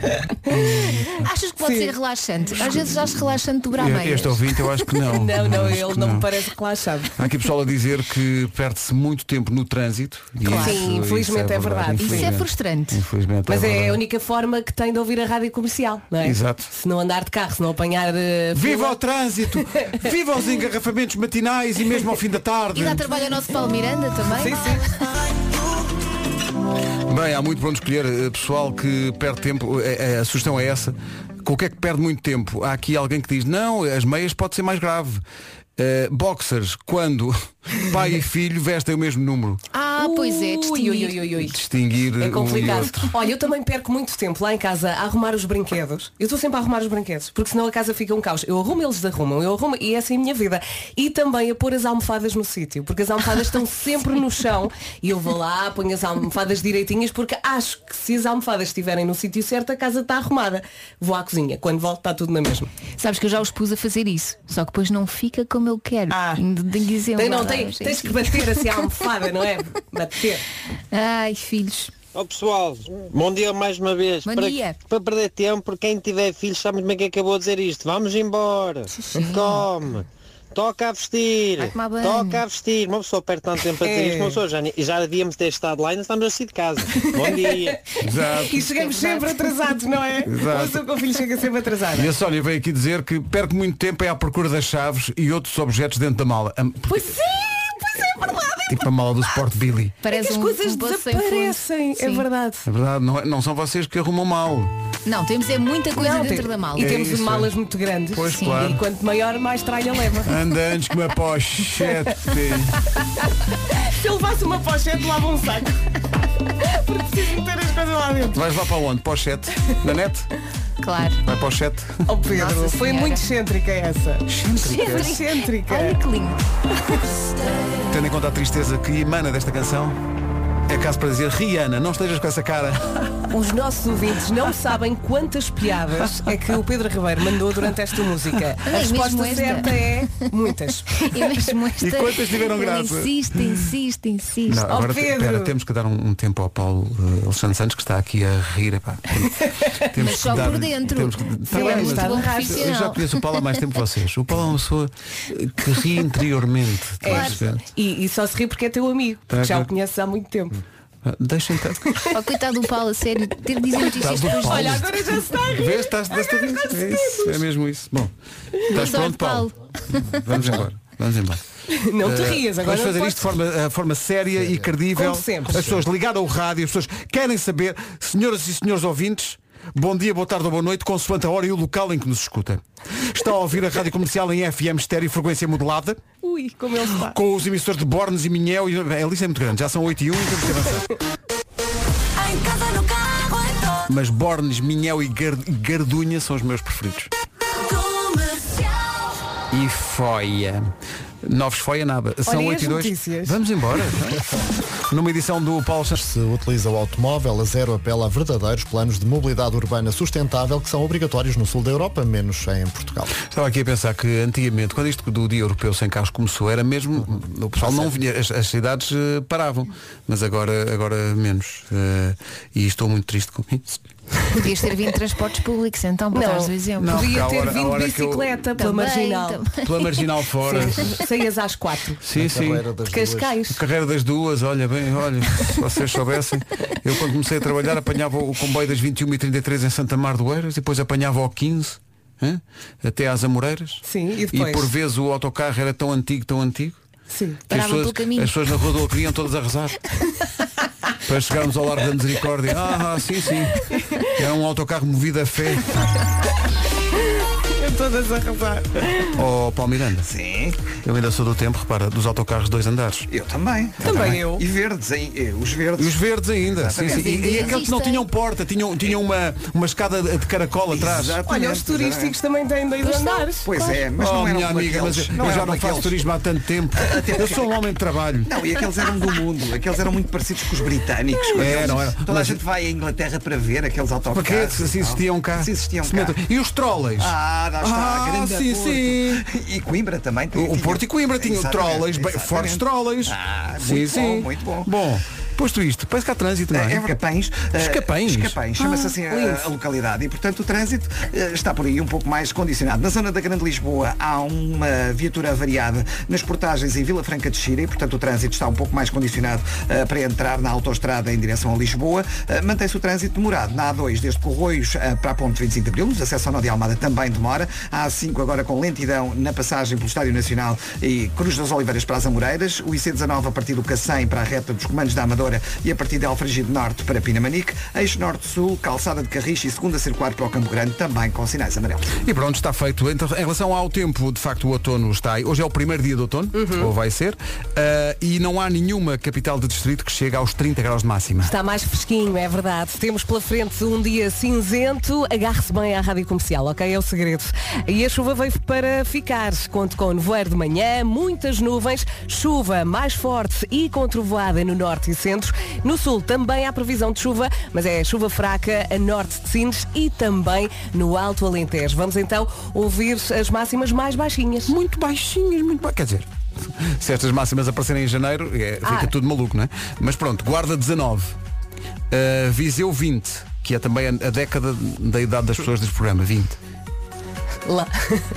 S6: Achas que pode
S5: Sim.
S6: ser relaxante? Às vezes acho relaxante dobrar
S2: Eu-
S6: meias.
S2: Este ouvinte eu acho que não.
S5: Não, não,
S2: Acho
S5: ele
S2: que
S5: não me parece relaxado.
S2: Há aqui pessoal a dizer que perde-se muito tempo no trânsito. e
S5: Claro. Sim, infelizmente é verdade.
S6: Isso é
S2: infelizmente.
S6: frustrante.
S2: Infelizmente
S5: Mas é a
S2: verdade.
S5: única forma que tem de ouvir a rádio comercial, não é?
S2: Exato.
S5: Se não andar de carro, se não apanhar. eh,
S2: Viva
S5: fila.
S2: o trânsito! Viva os engarrafamentos matinais e mesmo ao fim da tarde!
S6: E dá trabalho ao nosso Paulo Miranda também.
S5: Sim, sim.
S2: Bem, há muito para onde escolher eh, pessoal que perde tempo, eh, eh, a sugestão é essa. Com o que é que perde muito tempo? Há aqui alguém que diz, não, as meias pode ser mais grave. Eh, boxers, quando pai e filho vestem o mesmo número.
S6: Ah, pois
S5: Ui,
S6: é,
S5: ui,
S6: distinguir.
S5: ui, ui, ui.
S2: Distinguir
S5: É
S2: um e
S5: complicado.
S2: outro.
S5: Olha, eu também perco muito tempo lá em casa a arrumar os brinquedos. Eu estou sempre a arrumar os brinquedos, porque senão a casa fica um caos. Eu arrumo, eles arrumam, eu arrumo e essa é a minha vida. E também a pôr as almofadas no sítio, porque as almofadas estão sempre no chão e eu vou lá, ponho as almofadas direitinhas, porque acho que se as almofadas estiverem no sítio certo, a casa está arrumada. Vou à cozinha, quando volto está tudo na mesma.
S6: Sabes que eu já os pus a fazer isso. Só que depois não fica como eu quero.
S5: Ah.
S6: Ainda Tenho que dizer
S5: Tem,
S6: um
S5: não,
S6: guarda-
S5: tem,
S6: sim,
S5: tens
S6: sim.
S5: que bater assim a almofada, não é? Bater.
S6: Ai,
S5: É
S6: filhos.
S9: Ó pessoal, bom dia mais uma vez.
S6: Bom
S9: para,
S6: dia.
S9: para perder tempo, porque quem tiver filhos sabe muito bem que acabou de dizer isto. Vamos embora. Come. Toca a vestir.
S6: Vai tomar banho.
S9: Toca a vestir. Uma pessoa perde tanto tempo a dizer
S5: É.
S9: isto. Uma pessoa já, já devíamos ter estado lá e ainda estamos a sair de casa. Bom dia.
S2: Exato.
S5: E chegamos sempre atrasados, não é?
S2: Exato.
S5: Ou só que o filho chega sempre atrasado.
S2: E a Sónia veio aqui dizer que perco muito tempo é à procura das chaves e outros objetos dentro da mala. Am-
S5: Pois é, pois é verdade.
S2: Tipo a mala do Sport Billy.
S5: É
S6: Parece
S5: que as
S6: um-
S5: coisas
S6: um poço sem fundo.
S5: desaparecem, é
S6: Sim.
S5: verdade.
S2: É verdade, não, é- não são vocês que arrumam mal.
S6: Não, temos é muita coisa
S5: Não,
S6: dentro
S5: tem-
S6: da mala.
S5: E
S2: É
S5: temos
S2: isso,
S5: malas
S2: é.
S5: muito grandes.
S2: Pois, Sim. claro.
S5: E quanto maior, mais tralha leva.
S2: Anda antes que uma pochete.
S5: Se eu levasse uma pochete, lá vou um saco. Porque preciso meter as coisas lá dentro.
S2: Vais lá para onde? Pochete? Na net?
S6: Claro.
S2: Vai pochete?
S5: Oh Pedro,
S6: Nossa
S5: foi
S6: Senhora.
S5: muito excêntrica essa.
S2: Excêntrica.
S5: Excêntrica.
S6: Olha que lindo.
S2: Tendo em conta a tristeza que emana desta canção, é caso para dizer, Rihanna, não estejas com essa cara.
S5: Os nossos ouvintes não sabem quantas piadas é que o Pedro Ribeiro mandou durante esta música. A
S6: Nem É mesmo
S5: resposta
S6: esta.
S5: certa é muitas.
S6: E mesmo esta...
S2: quantas tiveram
S6: Ele
S2: graça?
S6: Insiste, insiste, insiste.
S2: Não, agora te-
S5: Pedro.
S2: espera, temos que dar um, um tempo ao Paulo eh, Alexandre Santos, que está aqui a rir. epá. Temos- Temos
S6: Mas só
S2: que dar-
S6: por dentro.
S2: temos que-
S6: Ele
S2: Tá
S6: é
S2: bem,
S6: muito
S2: mas-
S6: bom
S2: eu já
S6: profissional.
S2: conheço o Paulo há mais tempo que vocês. O Paulo é uma pessoa eh, que ri interiormente. tá estás
S6: É.
S2: a perceber?
S5: É. E, e só se ri porque é teu amigo, porque já o conheces há muito tempo.
S2: Ah, Deixa-me estar.
S6: Oh, coitado do Paulo, a sério, ter de dizer notícias
S2: Coitado do
S6: depois
S2: Paulo.
S5: Olha, agora já se está a rir.
S2: Vês? Estás desta vez. É isso, é mesmo isso. Bom, estás
S6: sorte,
S2: pronto, Paulo? Vamos embora. Vamos embora.
S5: Não te
S2: Eh,
S5: rias, agora
S2: Vamos fazer
S5: não
S2: isto de forma, eh, forma séria e credível.
S5: Como sempre.
S2: As pessoas ligaram ao rádio, as pessoas querem saber, senhoras e senhores ouvintes, Bom dia, boa tarde ou boa noite, consoante a hora e o local em que nos escuta. Está a ouvir a rádio comercial em FM estéreo e frequência modulada,
S5: Ui, como ele está.
S2: com os emissores de Bornes e Minhel. E... A lista é muito grande, já são 8 e 1 e temos que avançar.
S3: Em casa, no carro, em todo.
S2: Mas Bornes, Minhel e Gar- Gardunha são os meus preferidos.
S3: Comercial.
S2: E foia. Novos foia nada. São
S5: Olhem as
S2: 8 e 2.
S5: notícias.
S2: Vamos embora. então. Numa edição do Paulo Santos.
S11: Se utiliza o automóvel, a Zero apela a verdadeiros planos de mobilidade urbana sustentável que são obrigatórios no sul da Europa, menos em Portugal.
S2: Estava aqui a pensar que antigamente, quando isto do Dia Europeu Sem Carros começou, era mesmo. O pessoal não vinha, as, as cidades eh, paravam. Mas agora, agora menos. Eh, e estou muito triste com isso.
S6: Podias ter vindo de transportes públicos, então, para dar o exemplo.
S2: Não, porque
S5: Podia
S2: à
S5: ter
S2: hora- à
S5: vindo
S2: hora
S5: de
S2: que eu-
S5: bicicleta pela
S6: Também,
S5: marginal.
S6: também.
S2: Pela marginal fora.
S5: Sim, Saías às quatro.
S2: Sim, sim.
S11: Carreira das duas.
S5: Cascais.
S2: Carreira das duas, olha bem, olha, se vocês soubessem, eu quando comecei a trabalhar apanhava o comboio das 21h33 em Santa Mar do Eiras, depois apanhava ao 15, hã? até às Amoreiras.
S5: Sim, e depois?
S2: por vezes o autocarro era tão antigo, tão antigo,
S5: Sim.
S2: que as
S6: Paravam
S2: pessoas,
S6: pelo caminho.
S2: as pessoas na rua do Alcrim iam todas a rezar. Para chegarmos ao Largo da Misericórdia. Ah, ah, sim, sim. Era um autocarro movido a fé.
S5: Todas a rezar.
S2: Ó Oh, Paulo Miranda,
S8: Sim,
S2: eu ainda sou do tempo, repara, dos autocarros dois andares.
S8: eu também.
S5: Também eu.
S8: E verdes, hein? Eh, os
S2: E
S8: verdes.
S2: os verdes ainda. Sim, sim. E, e
S6: Existem.
S2: aqueles que não tinham porta, tinham, tinham uma, uma escada de caracol atrás.
S8: Exatamente,
S5: Olha, os turísticos
S2: é?
S5: também têm dois andares.
S8: Pois é, mas
S2: oh,
S8: não eram
S2: minha amiga, mas
S8: daqueles,
S2: eu já
S8: eram
S2: não faço
S8: daqueles.
S2: turismo há tanto tempo. Eu sou um homem de trabalho.
S8: Não, e aqueles eram do mundo, aqueles eram muito parecidos com os britânicos. com
S2: É,
S8: aqueles-
S2: não era.
S8: Toda
S2: Mas-
S8: a gente vai à Inglaterra para ver aqueles autocarros.
S2: Porque se,
S8: e
S2: se
S8: tal.
S2: existiam cá.
S8: Se existiam
S2: Se
S8: cá.
S2: metam- E os trolleys?
S8: Ah, lá está,
S2: Ah,
S8: grande
S2: sim,
S8: Porto.
S2: sim.
S8: E Coimbra também.
S2: O- O Porto e Coimbra tinham trolleys, bem- fortes trolleys.
S8: Ah,
S2: sim,
S8: muito
S2: sim.
S8: bom, muito bom.
S2: Bom, posto isto, parece que há trânsito, não é?
S8: É Capães. eh,
S2: Escapães?
S8: Escapães, chama-se
S2: Ah,
S8: assim a- a, localidade. E, portanto, o trânsito eh, está por aí um pouco mais condicionado. Na zona da Grande Lisboa há uma viatura variada nas portagens em Vila Franca de Xira e, portanto, o trânsito está um pouco mais condicionado eh, para entrar na autoestrada em direção a Lisboa. Eh, Mantém-se o trânsito demorado na A2 desde Corroios eh, para a Ponte 25 de Abril. O acesso ao Nó de Almada também demora. A A5 agora com lentidão na passagem pelo Estádio Nacional e Cruz das Oliveiras para as Amoreiras. O IC19 a partir do Cacém para a reta dos comandos da Amadora e a partir de Alfragido Norte para Pinamanique. Eixo Norte-Sul, Calçada de Carriche e segunda circular para o Campo Grande também com sinais amarelos.
S2: E pronto, está feito. Então, em relação ao tempo, de facto, o outono está aí. Hoje é o primeiro dia de outono, ou vai ser, ah, e não há nenhuma capital de distrito que chegue aos 30 graus de máxima.
S5: Está mais fresquinho, é verdade. Temos pela frente um dia cinzento. Agarre-se bem à rádio comercial, ok? É o segredo. E a chuva veio para ficar. Conto com nevoeiro de manhã, muitas nuvens, chuva mais forte e controvoada no norte e centro. No sul também há previsão de chuva, mas é chuva fraca a norte de Sines e também no Alto Alentejo. Vamos então ouvir as máximas mais baixinhas.
S2: Muito baixinhas, muito ba... Quer dizer, se estas máximas aparecerem em janeiro, é, fica
S5: Ah.
S2: tudo maluco, não é? Mas pronto, Guarda 19, ah, Viseu 20, que é também a, a década da idade das pessoas deste programa, 20.
S5: Lá.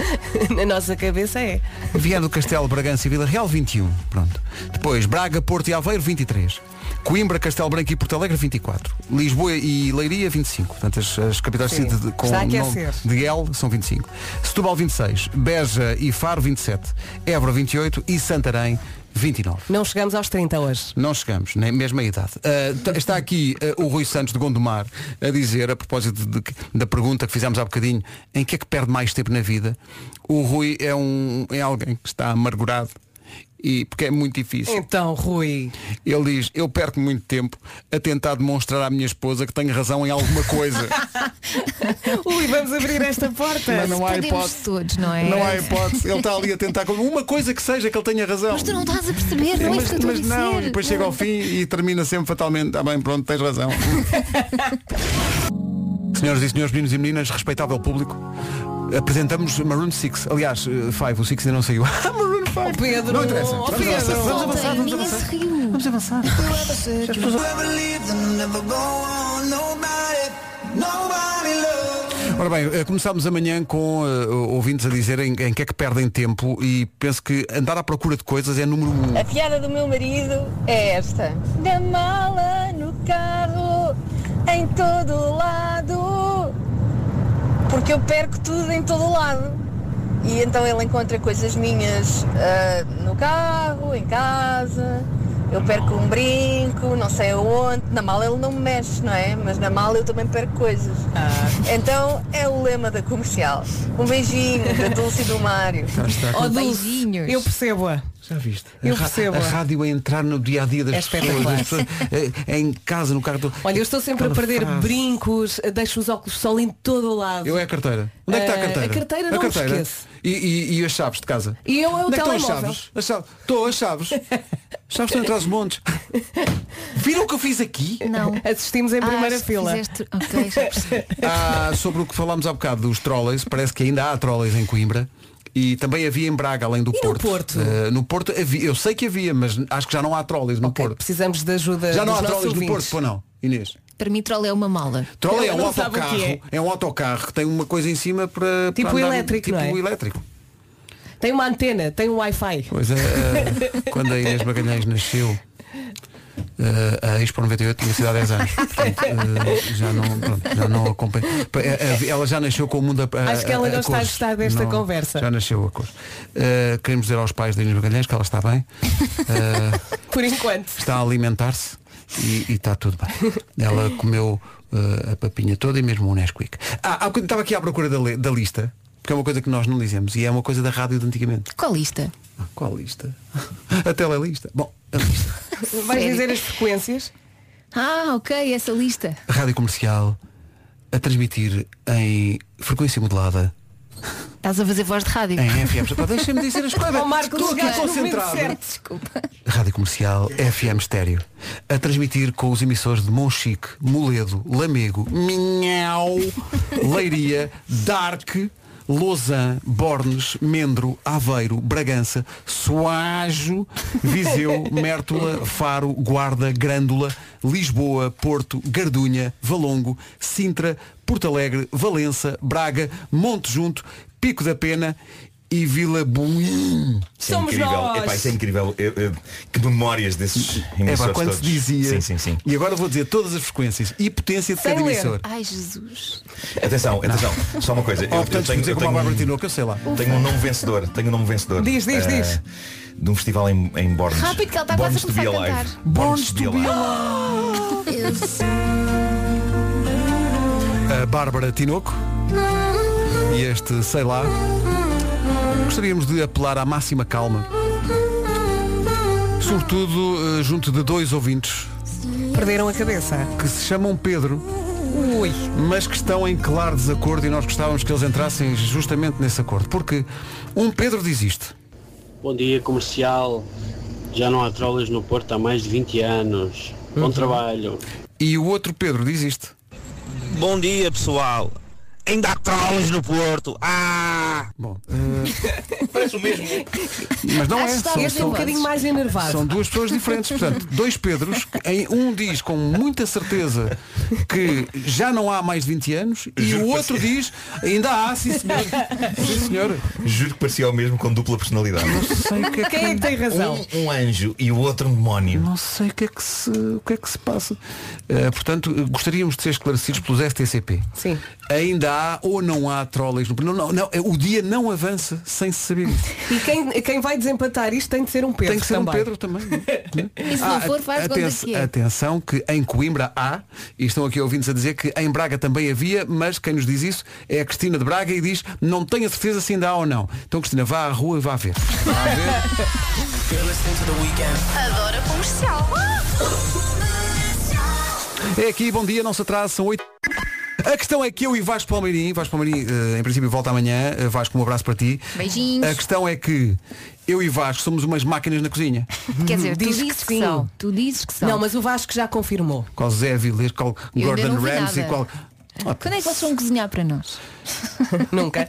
S5: Na nossa cabeça é.
S2: Viana do Castelo, Bragança e Vila Real 21. Pronto. Depois Braga, Porto e Aveiro 23. Coimbra, Castelo Branco e Porto Alegre 24. Lisboa e Leiria 25. Portanto, as, as capitais
S5: Sim.
S2: de, de- com
S5: Está a
S2: nome
S5: aquecer.
S2: de L são 25. Setúbal 26. Beja e Faro 27. Évora 28 e Santarém 29.
S5: Não chegamos aos 30 hoje.
S2: Não chegamos, nem mesmo a idade. Ah, t- está aqui ah, o Rui Santos de Gondomar a dizer, a propósito de- de- da pergunta que fizemos há bocadinho, em que é que perde mais tempo na vida? O Rui é, um, é alguém que está amargurado e porque é muito difícil.
S5: Então, Rui.
S2: Ele diz, eu perco muito tempo a tentar demonstrar à minha esposa que tenho razão em alguma coisa.
S5: Ui, vamos abrir esta porta.
S2: Mas não há
S6: Perdemos
S2: hipótese.
S6: todos, não é?
S2: Não há hipótese. Ele está ali a tentar com uma coisa que seja que ele tenha razão.
S6: Mas tu não estás a perceber, não é
S2: mas
S6: isso que eu estou a
S2: mas
S6: dizer.
S2: não, e depois chega ao fim e termina sempre fatalmente. Ah bem, pronto, tens razão. Senhoras e senhores, meninos e meninas, respeitável público, apresentamos Maroon 6. Aliás, 5, o 6 ainda não saiu. Ah, Maroon 5.
S5: Pedro,
S2: não interessa.
S5: oh,
S2: Vamos avançar,
S5: Pedro.
S2: vamos avançar, vamos
S6: Ninguém
S2: avançar.
S6: se riu.
S2: Vamos avançar. Ora bem, eh, começámos amanhã com eh, ouvintes a dizerem em que é que perdem tempo e penso que andar à procura de coisas é número um.
S10: A piada do meu marido é esta. Da mala no carro, em todo lado. Porque eu perco tudo em todo lado. E então ele encontra coisas minhas ah, no carro, em casa,
S12: Eu perco um brinco, não sei aonde. Na mala ele não me mexe, não é? Mas na mala eu também perco coisas.
S2: Ah.
S12: Então é o lema da comercial. Um beijinho da Dulce e do Mário.
S5: Ó, Dulce, Eu percebo-a.
S2: Já viste?
S5: Eu
S2: A ra-
S5: percebo.
S2: A rádio a entrar no dia a dia das
S5: É
S2: pessoas,
S5: espetacular.
S2: das pessoas, eh, em casa, no carro.
S5: Olha, eu estou sempre a
S2: Aquela
S5: perder
S2: frase.
S5: brincos, eh, deixo os óculos de sol em todo o lado.
S2: Eu é a carteira. Onde é que está a
S5: Eh,
S2: carteira?
S5: a carteira não me esqueço.
S2: E, e, e as chaves de casa?
S5: E eu é o
S2: Onde é que estão as
S5: telemóvel.
S2: chaves? As chaves? Estou, as chaves. chaves estão entre os montes. Viram o que eu fiz aqui?
S5: Não. Assistimos em
S6: Ah,
S5: primeira
S6: acho que
S5: fila.
S6: fizeste- ok, já percebi.
S2: Ah, sobre o que falámos há bocado dos trolleys, parece que ainda há trolleys em Coimbra. E também havia em Braga, além do Porto. No Porto, no Porto havia, eu sei que havia, mas acho que já não há trolleys no Porto.
S5: Precisamos de ajuda
S2: Já não
S5: dos
S2: há
S5: nossos
S2: trolleys no Porto,
S5: ouvintes.
S2: pô não, Inês.
S6: Para mim, troll é uma mala.
S2: Trolley é
S6: Ela
S2: um
S6: não sabe o que
S2: autocarro.
S6: é.
S2: É. um autocarro que tem uma coisa em cima para.
S5: Tipo
S2: para andar-
S5: elétrico,
S2: tipo
S5: não é?
S2: elétrico.
S5: Tem uma antena, tem um Wi-Fi.
S2: Pois é, eh, quando a Inês Magalhães nasceu, eh, a Expo 98 tinha sido há 10 anos. Portanto, eh, já, não, pronto, já não acompanho. Pa- eh, eh, Ela já nasceu com o mundo a, a-
S5: Acho que ela
S2: a- a
S5: não está a
S2: cores.
S5: gostar desta
S2: Não,
S5: conversa.
S2: Já nasceu a cores. Eh, queremos dizer aos pais da Inês Magalhães que ela está bem. eh,
S5: Por enquanto.
S2: está a alimentar-se e, e está tudo bem. Ela comeu eh, a papinha toda e mesmo um Nesquik. Ah, há bocadinho estava aqui à procura da, le- da lista, porque é uma coisa que nós não dizemos e é uma coisa da rádio de antigamente.
S6: Qual lista?
S2: Ah, Qual lista? A telelista. Bom, a lista.
S5: Vais
S6: Sério?
S5: dizer as frequências?
S6: Ah, ok, essa lista.
S2: Rádio comercial a transmitir em frequência modulada.
S6: Estás a fazer voz de rádio.
S2: Em FM. Pá, deixa-me dizer as coisas.
S6: Ó, Marco,
S2: é Estou aqui
S6: chegaste no momento
S2: concentrado.
S6: certo, Desculpa.
S2: Rádio Comercial FM Estéreo. A transmitir com os emissores de Monchique, Moledo, Lamego, Minhau, Leiria, Dark, Lausanne, Bornes, Mendro, Aveiro, Bragança, Soajo, Viseu, Mértola, Faro, Guarda, Grândola, Lisboa, Porto, Gardunha, Valongo, Sintra, Porto Alegre, Valença, Braga, Monte Junto, Pico da Pena e Vila Buim.
S13: Isso é incrível. Epá, isso é incrível. Eu- eu- que memórias desses
S2: É
S13: emissores
S2: pá, quando
S13: todos.
S2: se dizia.
S13: Sim, sim, sim.
S2: E agora vou dizer todas as frequências e potência de cada emissor.
S6: Ai, Jesus.
S13: Atenção, atenção. Só uma coisa.
S2: Ou, portanto, vou dizer como a Bárbara Tinoco, eu sei lá.
S13: um, tenho um nome vencedor. Tenho um nome vencedor.
S2: Diz, diz,
S13: Eh,
S2: diz.
S13: De um festival em, em Bornes.
S6: Rápido, que
S12: tá
S6: ela está quase a
S13: Bornes to be
S6: começar a
S13: alive.
S6: cantar.
S13: Bornes to be alive.
S2: A Bárbara Tinoco e este, sei lá. Gostaríamos de apelar à máxima calma. Sobretudo eh, junto de dois ouvintes
S5: Perderam a cabeça.
S2: que se chamam Pedro,
S5: Ui.
S2: mas que estão em claro desacordo e nós gostávamos que eles entrassem justamente nesse acordo. Porque um Pedro diz isto.
S14: Bom dia, comercial. Já não há trolleys no Porto há mais de 20 anos.
S13: Uhum.
S14: Bom trabalho.
S2: E o outro Pedro diz isto.
S15: Bom dia, pessoal.
S16: É
S15: Ainda há trolls no Porto. Ah!
S2: Bom,
S13: Parece o mesmo.
S2: Mas não
S5: Acho
S2: é.
S5: que está mesmo um bocadinho mais enervado.
S2: São duas pessoas diferentes. Portanto, dois Pedros, em um diz com muita certeza que já não há mais de 20 anos e o outro diz ainda há, sim senhor. Sim senhor.
S13: Juro que parecia o mesmo com dupla personalidade. Não
S2: sei o que é que- Quem é que tem razão?
S13: Um, um anjo e o outro um demónio.
S2: Não sei o que é que se, o que é que se passa. Eh, portanto, eh, gostaríamos de ser esclarecidos pelos STCP.
S5: Sim.
S2: Ainda há ou não há trolleys no. Não, não, não, eh, o dia não avança sem se saber.
S5: E quem, quem vai desempatar isto tem de ser um Pedro.
S2: Tem que ser um
S5: também.
S2: Pedro também.
S5: E se não for, faz de
S2: aten-
S5: conta que é.
S2: Ah, Atenção que em Coimbra há, e estão aqui ouvintes a dizer que em Braga também havia, mas quem nos diz isso é a Cristina de Braga e diz não tenho a certeza se ainda há ou não. Então Cristina, vá à rua e vá ver.
S3: Adora comercial.
S2: É aqui, bom dia, não se atrasa, são 8. A questão é que eu e Vasco Palmeirim, Vasco Palmeirim eh, em princípio volta amanhã, Eh, Vasco um abraço para ti.
S6: Beijinhos.
S2: A questão é que eu e Vasco somos umas máquinas na cozinha.
S6: Quer dizer,
S5: Diz
S6: tu
S5: que
S6: dizes que,
S5: sim.
S6: são. Tu dizes que são.
S5: Não, mas o Vasco já confirmou.
S2: Qual Zé Vilés, qual
S6: Eu ainda
S2: Gordon
S6: não vi
S2: Ramsay,
S6: nada.
S2: qual. Ah,
S6: Quando é que vocês vão cozinhar para nós?
S5: Nunca.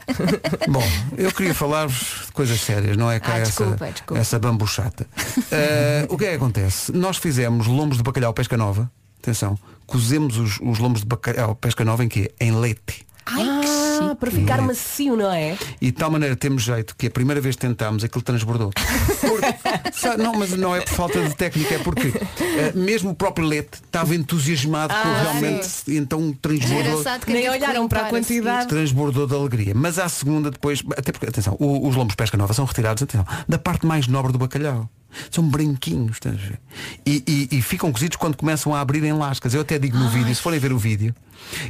S2: Bom, eu queria falar-vos de coisas sérias, não é cá
S6: Ah, desculpa,
S2: essa,
S6: desculpa.
S2: essa bambuchata. Ah, o que é que acontece? Nós fizemos lombos de bacalhau pesca nova, atenção, cozemos os, os lombos de bacalhau pesca nova em quê? Em leite.
S5: Ai, que chique. para ficar macio, não é?
S2: E de tal maneira temos jeito que a primeira vez que tentámos aquilo transbordou. Porque Sa- Não, mas não é por falta de técnica, é porque eh, mesmo o próprio Lete estava entusiasmado com
S5: Ah,
S2: realmente,
S5: sim.
S2: então transbordou.
S5: Nem olharam para a
S6: assim.
S5: quantidade.
S2: Transbordou de alegria. Mas à segunda depois, até porque, atenção, o- os lombos de pesca nova são retirados, atenção, da parte mais nobre do bacalhau. São branquinhos, estás a ver? E, e- e ficam cozidos quando começam a abrir em lascas. Eu até digo no vídeo, se forem ver o vídeo,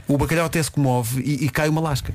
S2: o bacalhau até se comove e, e cai uma lasca.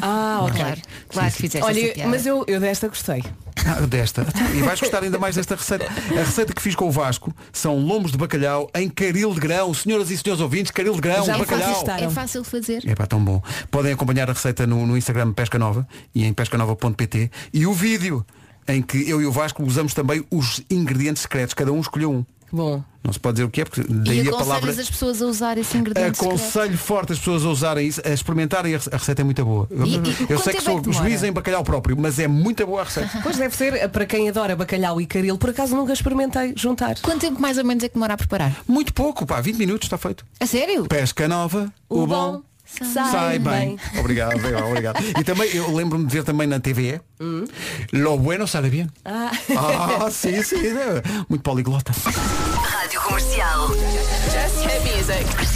S5: Ah, ok.
S2: Claro, claro que fizeste
S5: Olha,
S2: essa piada.
S5: mas eu, eu desta gostei.
S2: Ah, desta. E vais gostar ainda mais desta receita. A receita que fiz com o Vasco são lombos de bacalhau em caril de grão. Senhoras e senhores ouvintes, caril de grão,
S6: Já
S2: bacalhau.
S6: É fácil de fazer.
S2: É pá, tão bom. Podem acompanhar a receita no, no Instagram Pesca Nova e em pescanova.pt e o vídeo em que eu e o Vasco usamos também os ingredientes secretos. Cada um escolheu um.
S5: Bom.
S2: Não se pode dizer o que é, porque
S6: E
S2: daí a
S6: aconselhas
S2: palavra.
S6: as pessoas a usar esse ingrediente secreto.
S2: Aconselho forte as pessoas a usarem isso, a experimentarem a rece- a receita é muito boa.
S6: E- e
S2: eu
S6: quanto
S2: sei
S6: tempo é
S2: que
S6: que
S2: sou
S6: demora?
S2: juiz em bacalhau próprio, mas é muito boa a receita.
S5: Pois deve ser, eh, para quem adora bacalhau e caril, por acaso nunca experimentei juntar.
S6: Quanto tempo mais ou menos é que demora a preparar?
S2: Muito pouco, pá, 20 minutos está feito.
S6: A sério?
S2: Pesca nova, o, bom, sai, bem. Obrigado,
S13: é
S2: bem, obrigado. E também eu lembro-me de ver também na TVE, Lo bueno sale bien.
S3: Ah.
S2: Ah, sim, sim. é. Muito poliglota.
S3: Rádio Comercial. Just hit music.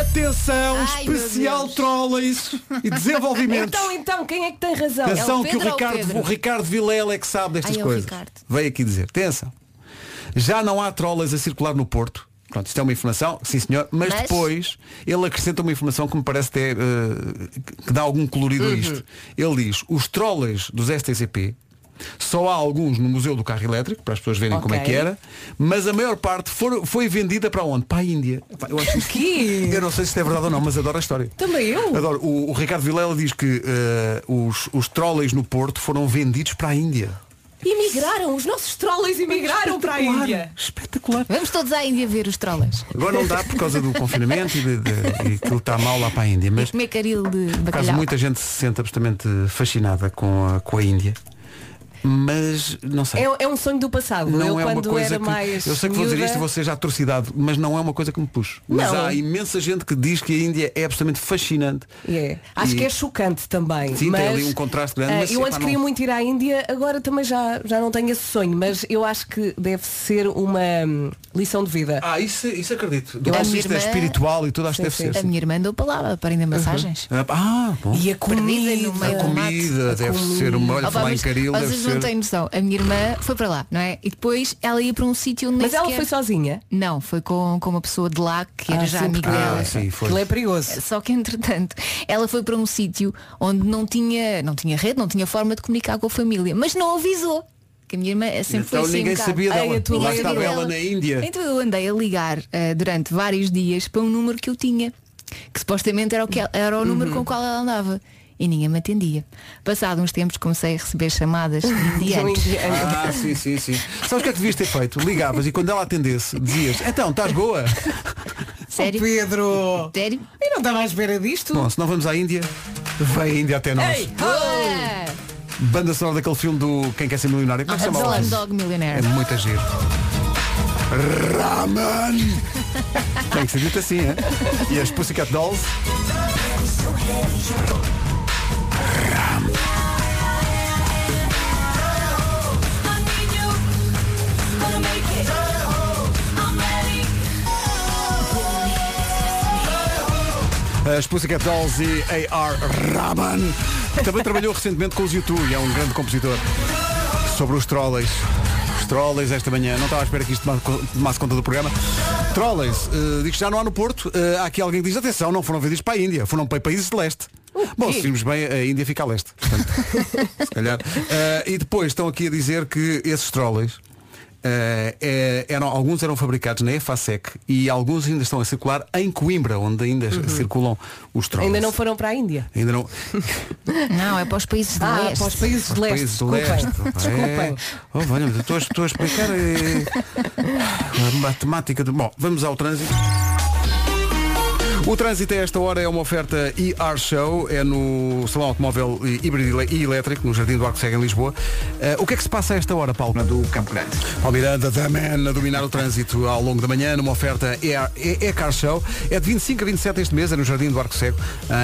S2: Atenção,
S3: Ai, meu
S2: especial
S3: Deus.
S2: trola isso. E desenvolvimento.
S5: Então, então, quem é que tem razão?
S2: Atenção que o Ricardo, o Ricardo Vilela é que sabe destas
S5: Ai, é o
S2: coisas.
S5: Ricardo.
S2: Veio aqui dizer, atenção. Já não há trolas a circular no Porto. Pronto, isto é uma informação, sim senhor, mas,
S17: Mas?
S2: depois ele acrescenta uma informação que me parece até eh, que dá algum colorido a
S17: Uhum.
S2: isto. Ele diz, os trolas dos STCP, só há alguns no Museu do Carro Elétrico, para as pessoas verem como é
S17: Ok.
S2: que era, mas a maior parte foram- foi vendida para onde? Para a Índia. Pá, Eu, acho
S5: que...
S2: eu não sei se isto é verdade ou não, mas adoro a história.
S5: Também eu.
S2: Adoro. O, o Ricardo Vilela diz que eh, os, os trolleys no Porto foram vendidos para a Índia.
S5: Imigraram, os nossos trolleys imigraram para a
S6: Espetacular,
S5: Índia.
S2: Espetacular.
S6: Vamos todos à Índia ver os trolas.
S2: Agora não dá por causa do confinamento e, de, de, e aquilo está mal lá para a Índia. Mas
S6: Comer caril de
S2: por acaso
S6: bacalhau.
S2: muita gente se sente absolutamente fascinada com a, com a Índia. Mas não sei.
S5: É, é um sonho do passado. eu
S2: Não é uma
S5: quando
S2: coisa
S5: era
S2: que,
S5: mais.
S2: Eu sei que vou dizer
S5: miúda-
S2: isto e vou ser já atrocidade, mas não é uma coisa que me puxe. Mas
S5: Não.
S2: há imensa gente que diz que a Índia é absolutamente fascinante.
S5: É. Acho
S2: E-
S5: que é chocante também.
S2: Sim, tem
S5: mas,
S2: ali um contraste grande,
S5: eh,
S2: mas,
S5: eu
S2: epá,
S5: antes queria
S2: não-
S5: muito ir à Índia, agora também já, já não tenho esse sonho, mas eu acho que deve ser uma hum, lição de vida.
S2: Ah, isso, isso acredito.
S5: Eu
S2: Do ponto
S5: acho
S2: de vista
S5: irmã-
S2: espiritual e tudo acho que deve
S5: Sim,
S2: ser.
S6: A
S2: sim.
S6: minha irmã andou para lá para ainda massagens.
S2: Ah, bom.
S5: E a comida
S6: no meio
S2: Uhum. A
S6: do mato.
S2: comida deve ser uma olha
S6: Opa,
S2: falar em
S6: mas
S2: caril, deve
S6: Vocês não
S2: ser.
S6: têm noção. A minha irmã foi para lá, não é? E depois ela ia para um sítio onde
S5: Mas ela foi sozinha?
S6: Não, foi com, com uma pessoa de lá que era
S5: Ah,
S6: já
S5: sim,
S6: amiga
S5: porque-
S6: dela.
S5: Ah, sim, foi. Aquilo é perigoso.
S6: Só que entretanto, ela foi para um sítio onde não tinha, não tinha rede, não tinha forma de comunicar com a família, mas não avisou. Que a minha irmã é sempre foi
S2: Então
S6: assim
S2: ninguém
S6: um bocado.
S2: sabia dela.
S6: Ai, a tua
S2: Lá
S6: mãe
S2: estava
S6: sabia
S2: ela na Índia.
S6: Então eu andei a ligar ah, durante vários dias para um número que eu tinha, que supostamente era o, que ela- era o número
S2: Uhum.
S6: com o qual ela andava. E ninguém me atendia. Passado uns tempos comecei a receber chamadas de
S5: é
S6: indianos.
S5: um
S2: Ah, sim, sim, sim. Sabes o que é que devias ter feito? Ligavas e quando ela atendesse, dizias, então, estás boa?
S6: Sério?
S5: Pedro!
S6: Sério?
S5: E não estava à espera disto?
S2: Bom, se não vamos à Índia, vem a Índia até nós.
S5: Ei,
S2: Banda sonora daquele filme do Quem Quer Ser Milionário. Como é que se chama? o
S6: Slumdog
S2: filme?
S6: Dog Millionaire.
S2: É muito giro. Raman! Tem que ser dito assim, é? E as Pussycat Dolls? As Pussycat Dolls e A.R. Rahman que Também trabalhou recentemente com os YouTube e é um grande compositor Sobre os trolleys Os trolleys esta manhã Não estava à espera que isto toma- tomasse conta do programa Trolleys, eh, digo que já não há no Porto Eh, Há aqui alguém que diz Atenção, não foram vendidos para a Índia Foram para países de leste Bom, se virmos bem, a Índia fica a leste portanto, Se calhar Eh, E depois estão aqui a dizer que esses trolleys eh, eh, eram, alguns eram fabricados na EFASEC e alguns ainda estão a circular em Coimbra, onde ainda circulam os trolleys.
S5: Uhum. Ainda não foram para a Índia.
S2: Ainda não...
S6: Não, é para os países de
S5: Ah,
S6: leste.
S5: para os países de leste.
S2: Países do
S5: Desculpem.
S2: leste.
S5: Desculpem.
S2: É. Oh, olha, estou a- estou a explicar eh, a matemática do. Bom, vamos ao trânsito. O trânsito a esta hora é uma oferta IR Show, é no Salão Automóvel Híbrido e Elétrico, no Jardim do Arco Cega, em Lisboa. Eh, o que é que se passa a esta hora, Paulo?
S8: do Campo Grande.
S2: Paulo Miranda, da Man, a dominar o trânsito ao longo da manhã, numa oferta ER E- E-Car Show. É de 25 a 27 este mês, é no Jardim do Arco Cego,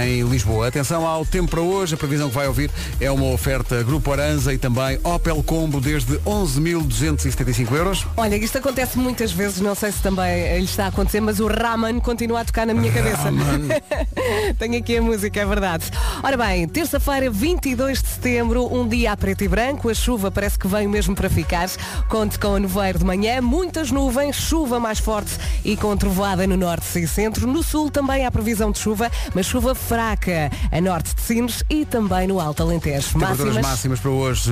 S2: em Lisboa. Atenção ao tempo para hoje, a previsão que vai ouvir é uma oferta Grupo Aranza e também Opel Combo desde 11.275 euros.
S5: Olha, isto acontece muitas vezes, não sei se também eh, lhe está a acontecer, mas o Raman continua a tocar na minha cabeça.
S2: Raman.
S5: Tenho aqui a música, é verdade. Ora bem, terça-feira, 22 de setembro, um dia a preto e branco, a chuva parece que veio mesmo para ficar. Conte com a nevoeiro de manhã, muitas nuvens, chuva mais forte e com trovoada no norte e centro. No sul também há previsão de chuva, mas chuva fraca, a norte de Sines e também no Alto Alentejo.
S2: Temperaturas máximas, para hoje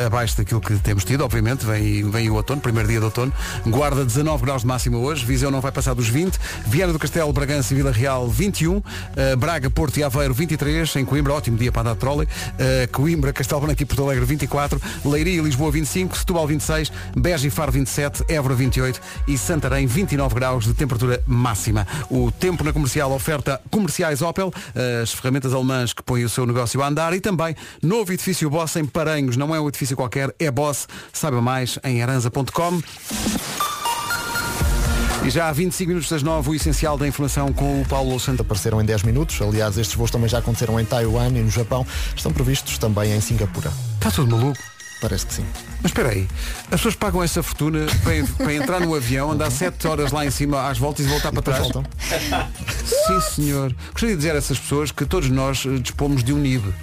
S2: eh, abaixo daquilo que temos tido, obviamente, vem, vem o outono, primeiro dia de outono. Guarda 19 graus de máxima hoje, Viseu não vai passar dos 20, Viana do Castelo, Bragança e Vila Real 21, eh, Braga, Porto e Aveiro 23, em Coimbra, ótimo dia para dar trolley, eh, Coimbra, Castelo Branco e Porto Alegre 24, Leiria e Lisboa 25, Setúbal 26, Beja e Faro 27, Évora 28 e Santarém 29 graus de temperatura máxima. O tempo na comercial oferta comerciais Opel, as ferramentas alemãs que põem o seu negócio a andar e também novo edifício Boss em Paranhos. Não é um edifício qualquer, é Boss. Saiba mais em aranza.com. E já há 25 minutos das 9, o essencial da informação com o Paulo Santos.
S11: Apareceram em 10 minutos. Aliás, estes voos também já aconteceram em Taiwan e no Japão. Estão previstos também em Singapura.
S2: Está tudo maluco?
S11: Parece que sim.
S2: Mas espera aí, as pessoas pagam essa fortuna para, para entrar no avião, andar 7 horas lá em cima às voltas e voltar para trás. Sim, senhor. Gostaria de dizer a essas pessoas que todos nós eh, dispomos de um NIB.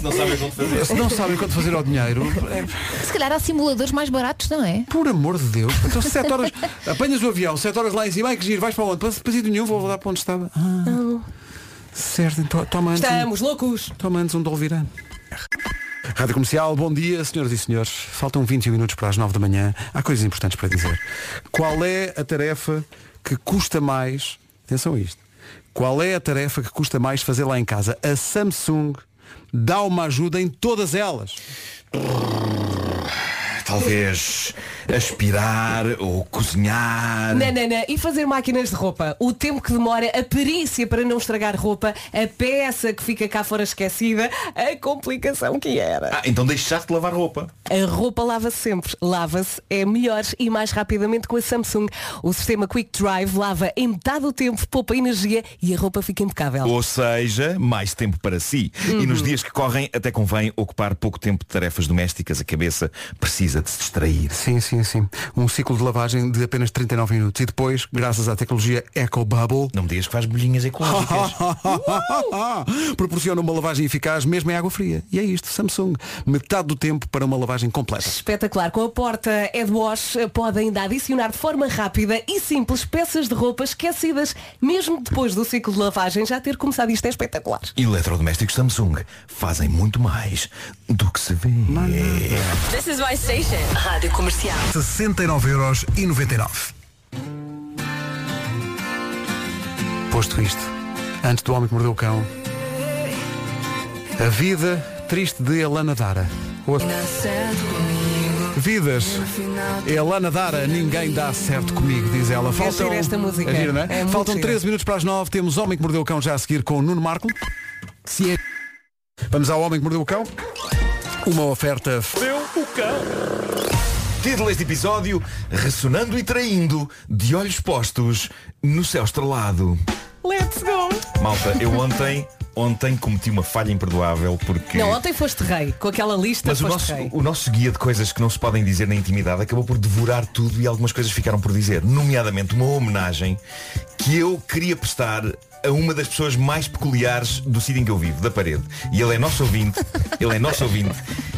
S13: Não sabem como fazer.
S2: Se não sabem quanto fazer ao dinheiro, eh,
S6: Se calhar há simuladores mais baratos, não é?
S2: por amor de Deus, então 7 horas, apanhas o avião, 7 horas lá em cima, ai que giro, vais para onde? Para para sítio nenhum, vou voltar para onde estava. Ah, certo, então toma antes.
S5: Estamos loucos.
S2: Toma antes um Dolvirano. Rádio Comercial, bom dia, senhoras e senhores. Faltam 21 minutos para as 9 da manhã. Há coisas importantes para dizer. Qual é a tarefa que custa mais? Atenção a isto. Qual é a tarefa que custa mais fazer lá em casa? A Samsung dá uma ajuda em todas elas.
S13: Talvez aspirar ou cozinhar.
S5: Nanana, e fazer máquinas de roupa? O tempo que demora, a perícia para não estragar roupa, a peça que fica cá fora esquecida, a complicação que era.
S13: Ah, então deixaste de lavar roupa.
S5: A roupa lava-se sempre. Lava-se, é melhor e mais rapidamente com a Samsung. O sistema Quick Drive lava em metade do tempo, poupa energia e a roupa fica
S11: Ah.
S5: impecável.
S13: Ou seja, mais tempo para si.
S11: Uhum.
S13: E nos dias que correm, até convém ocupar pouco tempo de tarefas domésticas. A cabeça precisa de se distrair.
S2: Sim, sim, sim. Um ciclo de lavagem de apenas 39 minutos. E depois, graças à tecnologia Eco Bubble.
S13: Não me digas que faz bolhinhas ecológicas.
S2: Proporciona uma lavagem eficaz mesmo em água fria. E é isto, Samsung. Metade do tempo para uma lavagem completa.
S5: Espetacular. Com a porta Edwash pode ainda adicionar de forma rápida e simples peças de roupa esquecidas, mesmo depois do ciclo de lavagem já ter começado. Isto é espetacular.
S13: Eletrodomésticos Samsung fazem muito mais do que se vê.
S17: This is my station. Rádio Comercial.
S2: 69 euros e 99. Posto isto, antes do homem que mordeu o cão, a vida triste de Elana Dara. Ouça. Vidas. Elana Dara, ninguém dá certo comigo, diz ela.
S5: É
S2: Faltam,
S5: gira esta música.
S2: É gira, não é?
S5: É muito
S2: Faltam
S5: gira.
S2: 13 minutos para as 9. Temos Homem que Mordeu o Cão já a seguir com o Nuno Marco. Se é... Vamos ao Homem que Mordeu o Cão. Uma oferta
S13: Deu o cão. Título deste episódio, Ressonando e Traindo, de olhos postos, no céu estrelado.
S5: Let's go!
S13: Malta, eu ontem, ontem cometi uma falha imperdoável porque.
S5: Não, ontem foste rei. Com aquela lista
S13: Mas o
S5: foste
S13: nosso,
S5: rei.
S13: o nosso guia de coisas que não se podem dizer na intimidade acabou por devorar tudo e algumas coisas ficaram por dizer, nomeadamente uma homenagem que eu queria prestar a uma das pessoas mais peculiares do sítio em que eu vivo, da parede. E ele é nosso ouvinte, ele é nosso ouvinte,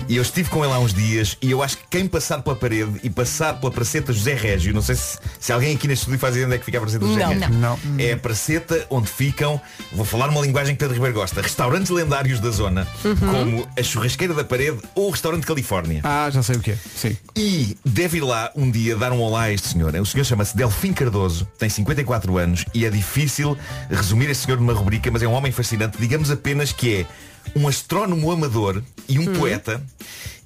S13: e eu estive com ele há uns dias e eu acho que quem passar pela parede e passar pela praceta José Régio, não sei se, se alguém aqui neste estúdio faz ideia onde é que fica a praceta José
S2: Não,
S13: Régio.
S2: não.
S13: É a praceta onde ficam, vou falar uma linguagem que Pedro Ribeiro gosta, restaurantes lendários da zona,
S2: Uhum.
S13: como a churrasqueira da parede ou o restaurante Califórnia.
S2: Ah, já sei o que é. Sim.
S13: E deve ir lá um dia dar um olá a este senhor. O senhor chama-se Delfim Cardoso, tem 54 anos e é difícil resumir este senhor numa rubrica, mas é um homem fascinante. Digamos apenas que é um astrónomo amador e
S6: Hum.
S13: um poeta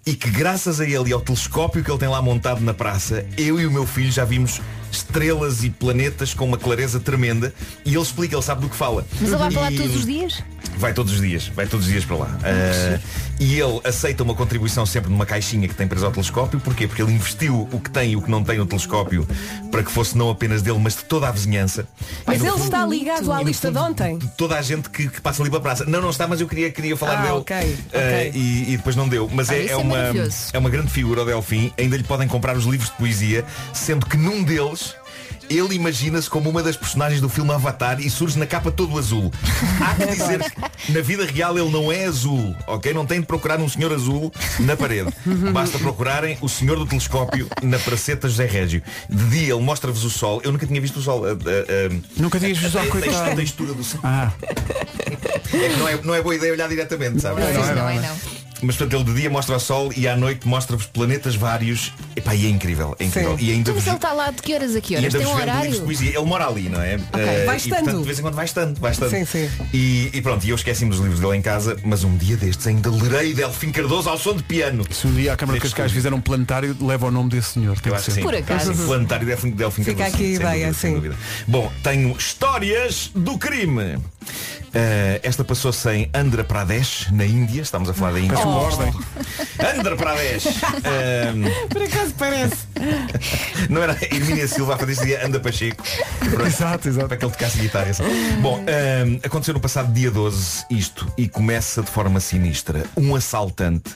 S13: e que graças a ele e ao telescópio que ele tem lá montado na praça, eu e o meu filho já vimos estrelas e planetas com uma clareza tremenda e ele explica, ele sabe do que fala.
S6: Mas ele vai falar
S13: E-
S6: todos os dias?
S13: Vai todos os dias, vai todos os dias para lá. Ah, e ele aceita uma contribuição sempre numa caixinha que tem presa ao telescópio. Porquê? Porque ele investiu o que tem e o que não tem no telescópio para que fosse não apenas dele, mas de toda a vizinhança. E,
S5: Mas
S13: no
S5: ele
S13: fundo,
S5: está ligado à lista de ontem.
S13: Toda a gente que, que passa ali para a praça. Não, não está, mas eu queria, queria falar
S5: Ah,
S13: dele.
S5: ok,
S13: Ah,
S5: ok.
S13: e, e depois não deu. Mas
S5: Ah,
S13: é,
S5: isso
S13: é
S5: é
S13: uma,
S5: maravilhoso.
S13: é uma grande figura, o Delfim. Ainda lhe podem comprar os livros de poesia, sendo que num deles. Ele imagina-se como uma das personagens do filme Avatar e surge na capa todo azul. Há que dizer que na vida real ele não é azul, ok? Não tem de procurar um senhor azul na parede.
S5: Uhum.
S13: Basta procurarem o senhor do telescópio na praceta José Régio. De dia ele mostra-vos o sol. Eu nunca tinha visto o sol. eh,
S2: Nunca tinhas visto,
S13: a,
S2: ah, coitado.
S13: a textura do sol.
S2: Ah,
S13: É que não é, não é boa ideia olhar diretamente, sabes?
S6: Não, não, é não.
S13: Mas portanto ele de dia mostra o sol e à noite mostra-vos planetas vários. Epá, e é incrível, é incrível. E ainda
S6: Então, mas
S13: vos-
S6: ele está lá de que horas a que
S13: e
S6: horas?
S13: ainda
S6: Tem
S13: vos
S6: um
S13: vende livros de
S6: horário?
S13: poesia. Ele mora ali, não é? Eh,
S6: vai
S13: e,
S6: estando.
S13: portanto, de vez em quando vai estando, vai estando.
S6: Sim, sim.
S13: E, e pronto, e eu esqueci-me dos livros dele em casa, mas um dia destes ainda lerei Delfim Cardoso ao som de piano.
S2: se um dia a Câmara de Cascais fizer um planetário, leva o nome desse senhor. tem
S13: Eu
S2: que
S13: acho que
S2: ser.
S13: sim. Sim, planetário Delfim, Delfim
S5: Fica
S13: Cardoso,
S5: aqui a
S13: sim, sem
S5: ideia,
S13: dúvida, sem
S5: sim.
S13: dúvida. Bom, tenho histórias do crime. Eh, esta passou-se em Andhra Pradesh, na Índia. Estamos a falar da Índia.
S2: Parece uma
S13: Oh.
S2: ordem.
S13: Andhra Pradesh. Ahm,
S5: Por acaso parece.
S13: Não era Hermínia Silva a fazer este dia Anda Pacheco Exato, exato Para que ele tocasse guitarra assim. Bom, ahm, aconteceu no passado dia 12 isto E começa de forma sinistra Um assaltante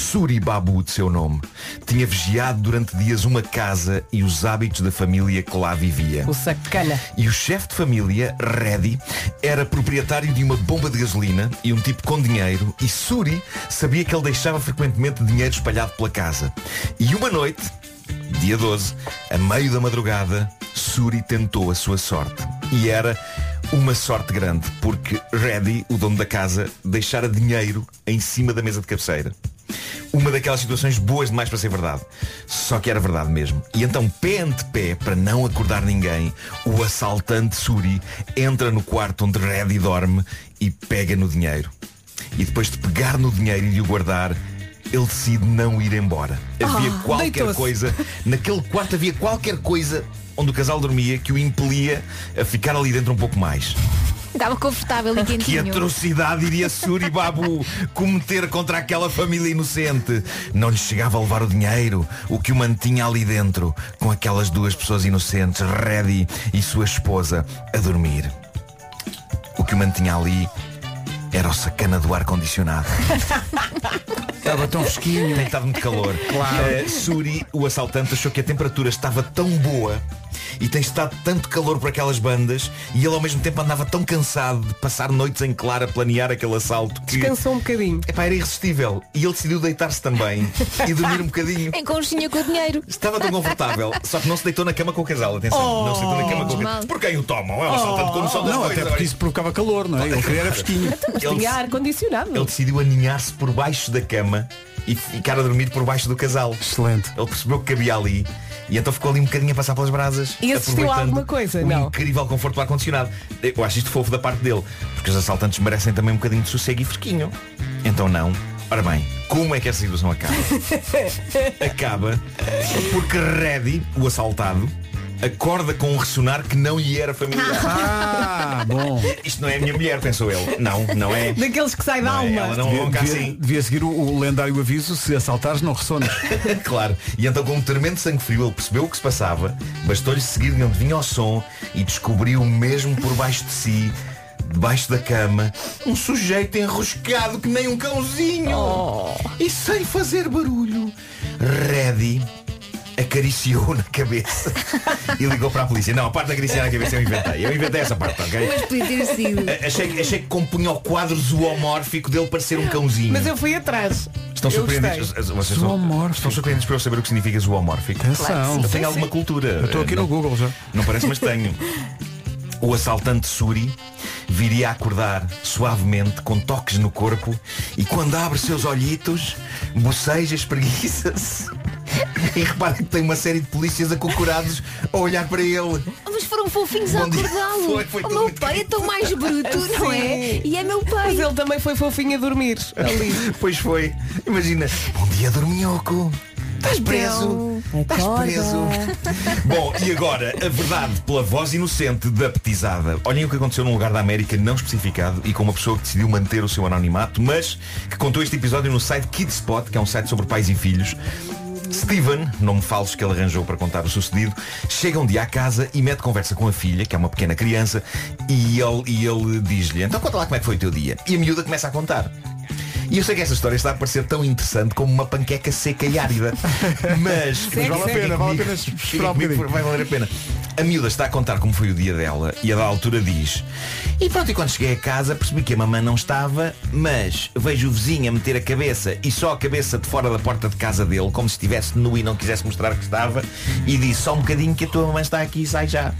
S13: Suribabu de seu nome Tinha vigiado durante dias uma casa E os hábitos da família que lá vivia
S5: O sacana.
S13: e o chefe de família, Reddy, era proprietário de uma bomba de gasolina e um tipo com dinheiro e Suri sabia que ele deixava frequentemente dinheiro espalhado pela casa. E uma noite, dia 12, a meio da madrugada, Suri tentou a sua sorte. E era uma sorte grande, porque Reddy, o dono da casa, deixara dinheiro em cima da mesa de cabeceira. Uma daquelas situações boas demais para ser verdade. Só que era verdade mesmo. E então, pé ante pé, para não acordar ninguém, o assaltante Suri entra no quarto onde Reddy dorme e pega no dinheiro. E depois de pegar no dinheiro e de o guardar, ele decide não ir embora. Havia
S18: Ah,
S13: qualquer
S18: deitou-se.
S13: coisa, naquele quarto havia qualquer coisa onde o casal dormia que o impelia a ficar ali dentro um pouco mais.
S6: Estava confortável e
S13: Que é
S6: quentinho.
S13: atrocidade iria Suribabu cometer contra aquela família inocente? Não lhe chegava a levar o dinheiro, o que o mantinha ali dentro, com aquelas duas pessoas inocentes, Reddy e sua esposa, a dormir. O que o mantinha ali era o sacana do ar-condicionado. Estava tão fresquinho. Tem estado muito calor.
S2: Claro.
S13: Eh, Suri, o assaltante, achou que a temperatura estava tão boa e tem estado tanto calor por aquelas bandas e ele ao mesmo tempo andava tão cansado de passar noites em claro a planear aquele assalto que
S5: Descansou um bocadinho.
S13: Epá, era irresistível. E ele decidiu deitar-se também e dormir um bocadinho.
S6: Em conchinha com o dinheiro.
S13: Estava tão confortável, só que não se deitou na cama com o casal, atenção.
S6: Oh.
S13: não se deitou na cama com o
S6: Menos
S13: casal.
S6: mal. Oh.
S13: Por quem o tomam? É um assaltante como são das
S2: Não,
S13: coisas.
S2: até porque isso provocava calor, não é? Ele queria era festinho.
S5: Mas tinha ar-condicionado.
S13: Ele decidiu aninhar-se por baixo da cama e ficar a dormir por baixo do casal. Excelente. Ele percebeu que cabia ali e então ficou ali um bocadinho a passar pelas brasas.
S5: E assistiu a
S13: aproveitando
S5: alguma coisa?
S13: o
S5: Não.
S13: incrível conforto do ar-condicionado. Eu acho isto fofo da parte dele, porque os assaltantes merecem também um bocadinho de sossego e fresquinho. Então não. Ora bem, como é que essa situação acaba? acaba porque Reddy, o assaltado, acorda com um ressonar que não lhe era familiar.
S2: Ah, bom.
S13: Isto não é a minha mulher, pensou ele. Não, não é.
S5: Daqueles que saem da
S13: Não é,
S5: alma.
S13: ela não
S2: devia,
S13: ronca
S2: devia-
S13: assim.
S2: devia seguir o, o lendário aviso, se assaltares não ressonas.
S13: claro. E então com um tremendo sangue frio ele percebeu o que se passava, bastou-lhe seguir de onde vinha o som e descobriu mesmo por baixo de si, debaixo da cama, um sujeito enroscado que nem um cãozinho.
S5: Oh.
S13: E sem fazer barulho. Reddy acariciou na cabeça e ligou para a polícia. Não, a parte da acariciar na cabeça eu inventei. Eu inventei essa parte, ok?
S6: Mas podia ter sido.
S13: A- Achei, achei que compunha o quadro zoomórfico dele parecer um cãozinho.
S5: Mas eu fui atrás.
S13: Estão
S5: Eu
S13: surpreendidos.
S5: gostei.
S13: as- as- Vocês estão, estão surpreendidos para eu saber o que significa zoomórfico.
S2: Atenção. Claro que sim.
S13: eu
S2: Então, Sim,
S13: tenho alguma
S2: sim.
S13: cultura.
S2: Eu estou aqui
S13: Não-
S2: no Google já.
S13: Não parece, mas tenho. O assaltante Suri viria a acordar suavemente com toques no corpo e quando abre seus olhitos, boceja, espreguiça-se e repara que tem uma série de polícias acocorados a olhar para ele.
S6: Oh, Mas foram fofinhos a
S13: Bom dia.
S6: acordá-lo.
S13: Foi, foi
S6: o
S13: tudo
S6: meu
S13: muito
S6: pai é tão mais bruto, não é?
S5: Sim.
S6: E é meu pai.
S5: Mas ele também foi fofinho a dormir ali.
S13: pois foi. Imagina. Bom dia, dorminhoco. Estás preso.
S5: Acorda.
S13: Bom, e agora, a verdade pela voz inocente da petizada. Olhem o que aconteceu num lugar da América não especificado e com uma pessoa que decidiu manter o seu anonimato, mas que contou este episódio no site Kidspot, que é um site sobre pais e filhos. Steven, nome falso que ele arranjou para contar o sucedido, chega um dia à casa e mete conversa com a filha, que é uma pequena criança, e ele, e ele diz-lhe, então conta lá como é que foi o teu dia. E a miúda começa a contar. E eu sei que esta história está a parecer tão interessante como uma panqueca seca e árida. Mas,
S2: Segue, vale a pena, vale a pena esperar um bocadinho.
S13: Vai valer a pena. A miúda está a contar como foi o dia dela e a da altura diz E pronto, e quando cheguei a casa percebi que a mamã não estava Mas vejo o vizinho a meter a cabeça E só a cabeça de fora da porta de casa dele Como se estivesse nu e não quisesse mostrar que estava E disse só um bocadinho que a tua mamã está aqui e sai já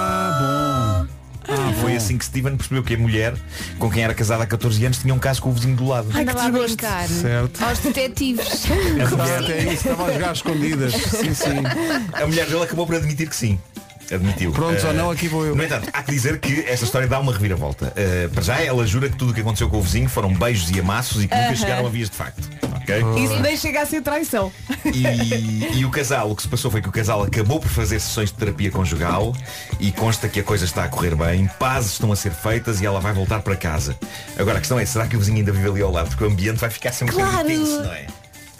S13: Ah, bom foi assim que Steven percebeu que a mulher com quem era casada há 14 anos tinha um caso com o vizinho do lado.
S6: Anda lá a brincar
S13: Certo.
S6: aos detetives.
S13: A
S6: Como
S13: mulher,
S6: assim?
S13: tem isso, estava a jogar às escondidas. Sim, sim. A mulher dele acabou por admitir que sim. Admitiu.
S2: Prontos
S13: Eh,
S2: ou não, aqui vou eu.
S13: No entanto, há que dizer que esta história dá uma reviravolta. Eh, para já, ela jura que tudo o que aconteceu com o vizinho foram beijos e amassos e que nunca
S5: Aham.
S13: chegaram a vias de facto. Ok?
S5: Isso nem chega a ser traição.
S13: E, e o casal, o que se passou foi que o casal acabou por fazer sessões de terapia conjugal e consta que a coisa está a correr bem, pazes estão a ser feitas e ela vai voltar para casa. Agora a questão é, será que o vizinho ainda vive ali ao lado? Porque o ambiente vai ficar sempre um
S6: Claro.
S13: bocadinho tenso, não é?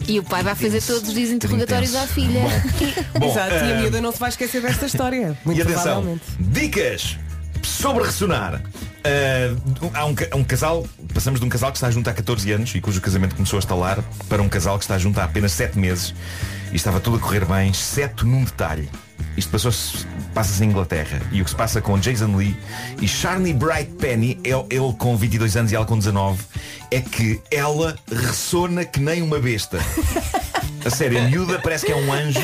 S6: E o pai vai fazer todos os dias interrogatórios à filha.
S13: Bom,
S5: Exato, e a
S13: ah,
S5: miúda não se vai esquecer desta história. Muito
S13: e atenção,
S5: provavelmente.
S13: dicas sobre ressonar. Ah, há um, ca- um casal, passamos de um casal que está junto há 14 anos e cujo casamento começou a estalar para um casal que está junto há apenas 7 meses e estava tudo a correr bem, exceto num detalhe. Isto passou-se- passa-se em Inglaterra e o que se passa com Jason Lee e Charlie Bright Penny, ele, ele com 22 anos e ela com 19, é que ela ressona que nem uma besta. A sério, a miúda parece que é um anjo,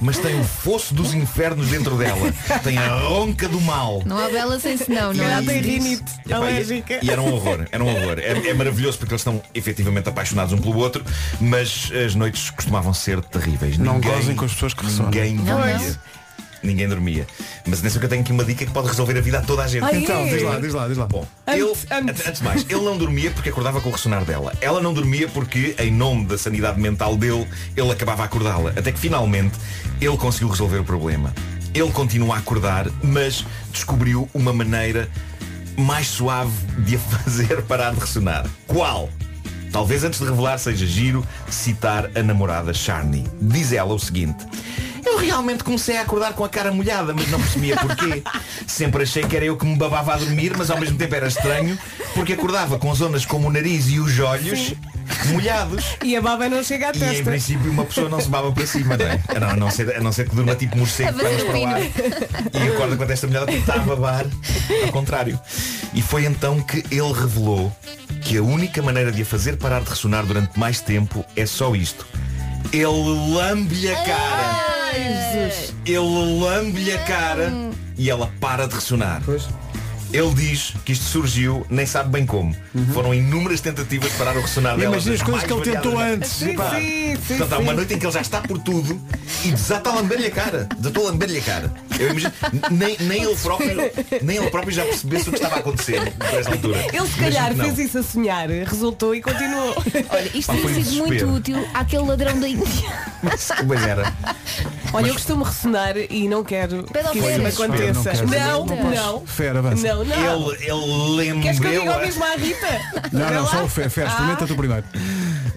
S13: mas tem o fosso dos infernos dentro dela. Tem a ronca do mal.
S6: Não há bela sem senão, não
S13: Ela
S6: é?
S13: tem rinite E, epá, e- e era um horror, era um horror. É, é maravilhoso porque eles estão efetivamente apaixonados um pelo outro, mas as noites costumavam ser terríveis.
S2: Não
S13: ninguém,
S2: gozem com as pessoas que ressonam.
S13: Ninguém
S2: Não,
S13: dormia.
S2: não.
S13: Ninguém dormia. Mas atenção que eu tenho aqui uma dica que pode resolver a vida a toda a gente.
S2: Ai, Então, é? diz lá, diz lá, diz lá.
S13: Bom, ele, antes, antes de mais, ele não dormia porque acordava com o ressonar dela. Ela não dormia porque, em nome da sanidade mental dele, ele acabava a acordá-la. Até que finalmente ele conseguiu resolver o problema. Ele continua a acordar, mas descobriu uma maneira mais suave de a fazer parar de ressonar. Qual? Talvez antes de revelar seja giro citar a namorada Charney. Diz ela o seguinte. Eu realmente comecei a acordar com a cara molhada, mas não percebia porquê. Sempre achei que era eu que me babava a dormir, mas ao mesmo tempo era estranho, porque acordava com zonas como o nariz e os olhos molhados.
S5: E a baba não chega à
S13: E em
S5: testa.
S13: princípio uma pessoa não se baba para cima, não é? A não, a não ser, a não ser que durma tipo morcego para para o ar e acorda com a testa molhada porque está a babar ao contrário e foi então que ele revelou que a única maneira de a fazer parar de ressonar durante mais tempo é só isto ele lambe-lhe a cara ele lambe-lhe a cara e ela para de ressonar ele diz que isto surgiu, nem sabe bem como. Foram inúmeras tentativas de parar o ressonar dela.
S2: Uhum. Imagina as
S13: das
S2: coisas que
S13: mais
S2: ele tentou
S13: variadas.
S2: antes. Sim,
S13: Pá.
S2: sim, sim,
S13: Portanto, há
S2: sim.
S13: uma noite em que ele já está por tudo e desata a lamber-lhe a cara. Desata a lamber-lhe a cara. Eu imagino, nem, nem, ele próprio, nem ele próprio já percebesse o que estava a acontecer por essa altura.
S5: Ele se
S13: Imagino
S5: calhar
S13: que não.
S5: fez isso a sonhar, resultou e continuou.
S6: Olha, isto
S13: Pá,
S6: tem
S13: foi um
S6: sido muito
S13: desespero.
S6: útil àquele ladrão da Índia.
S13: Mas era.
S5: Olha, eu costumo ressonar e não quero que
S6: ao
S5: isso
S6: Fera.
S5: me aconteça.
S2: Não quero.
S5: Não, não. não.
S2: Fera, avança.
S5: Não, não.
S13: Ele, é ele lembra.
S5: Queres que eu diga ao mesmo à Rita?
S2: Não, não, só o Fer, Fer, experimenta tu primeiro.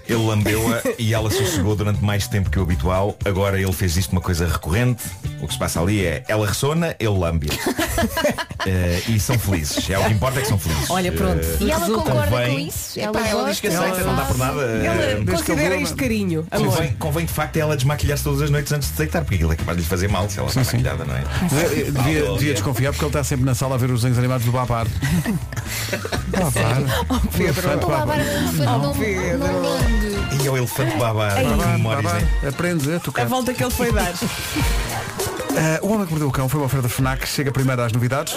S13: Ele lambeu-a e ela sossegou durante mais tempo que o habitual. Agora ele fez isto uma coisa recorrente. O que se passa ali é ela ressona, ele lambe E são felizes. É o que importa é que são felizes.
S5: Olha, pronto.
S13: Eh,
S6: E ela concorda com
S13: convém-
S6: isso?
S5: Epá,
S6: ela
S5: ela
S13: Diz que
S6: gosta?
S13: aceita, não dá por nada. eh,
S5: Ela considera isto carinho. Amor.
S13: Convém, convém de facto ela desmaquilhar-se todas as noites antes de deitar, porque aquilo é capaz de lhe fazer mal se ela está maquilhada, não é?
S2: Devia,
S13: Vale,
S2: devia
S13: vale.
S2: desconfiar porque ele está sempre na sala a ver os desenhos animados do Babar. Babar.
S6: Olá, Bárbara, não, não, não lambe.
S13: E é o elefante babar.
S6: Ei.
S13: Que memórias, né? hein?
S2: Aprendes a é tocar.
S5: A volta que ele foi dar.
S2: Ah, o Homem que Mordeu o Cão foi uma oferta FNAC, chega primeiro às novidades.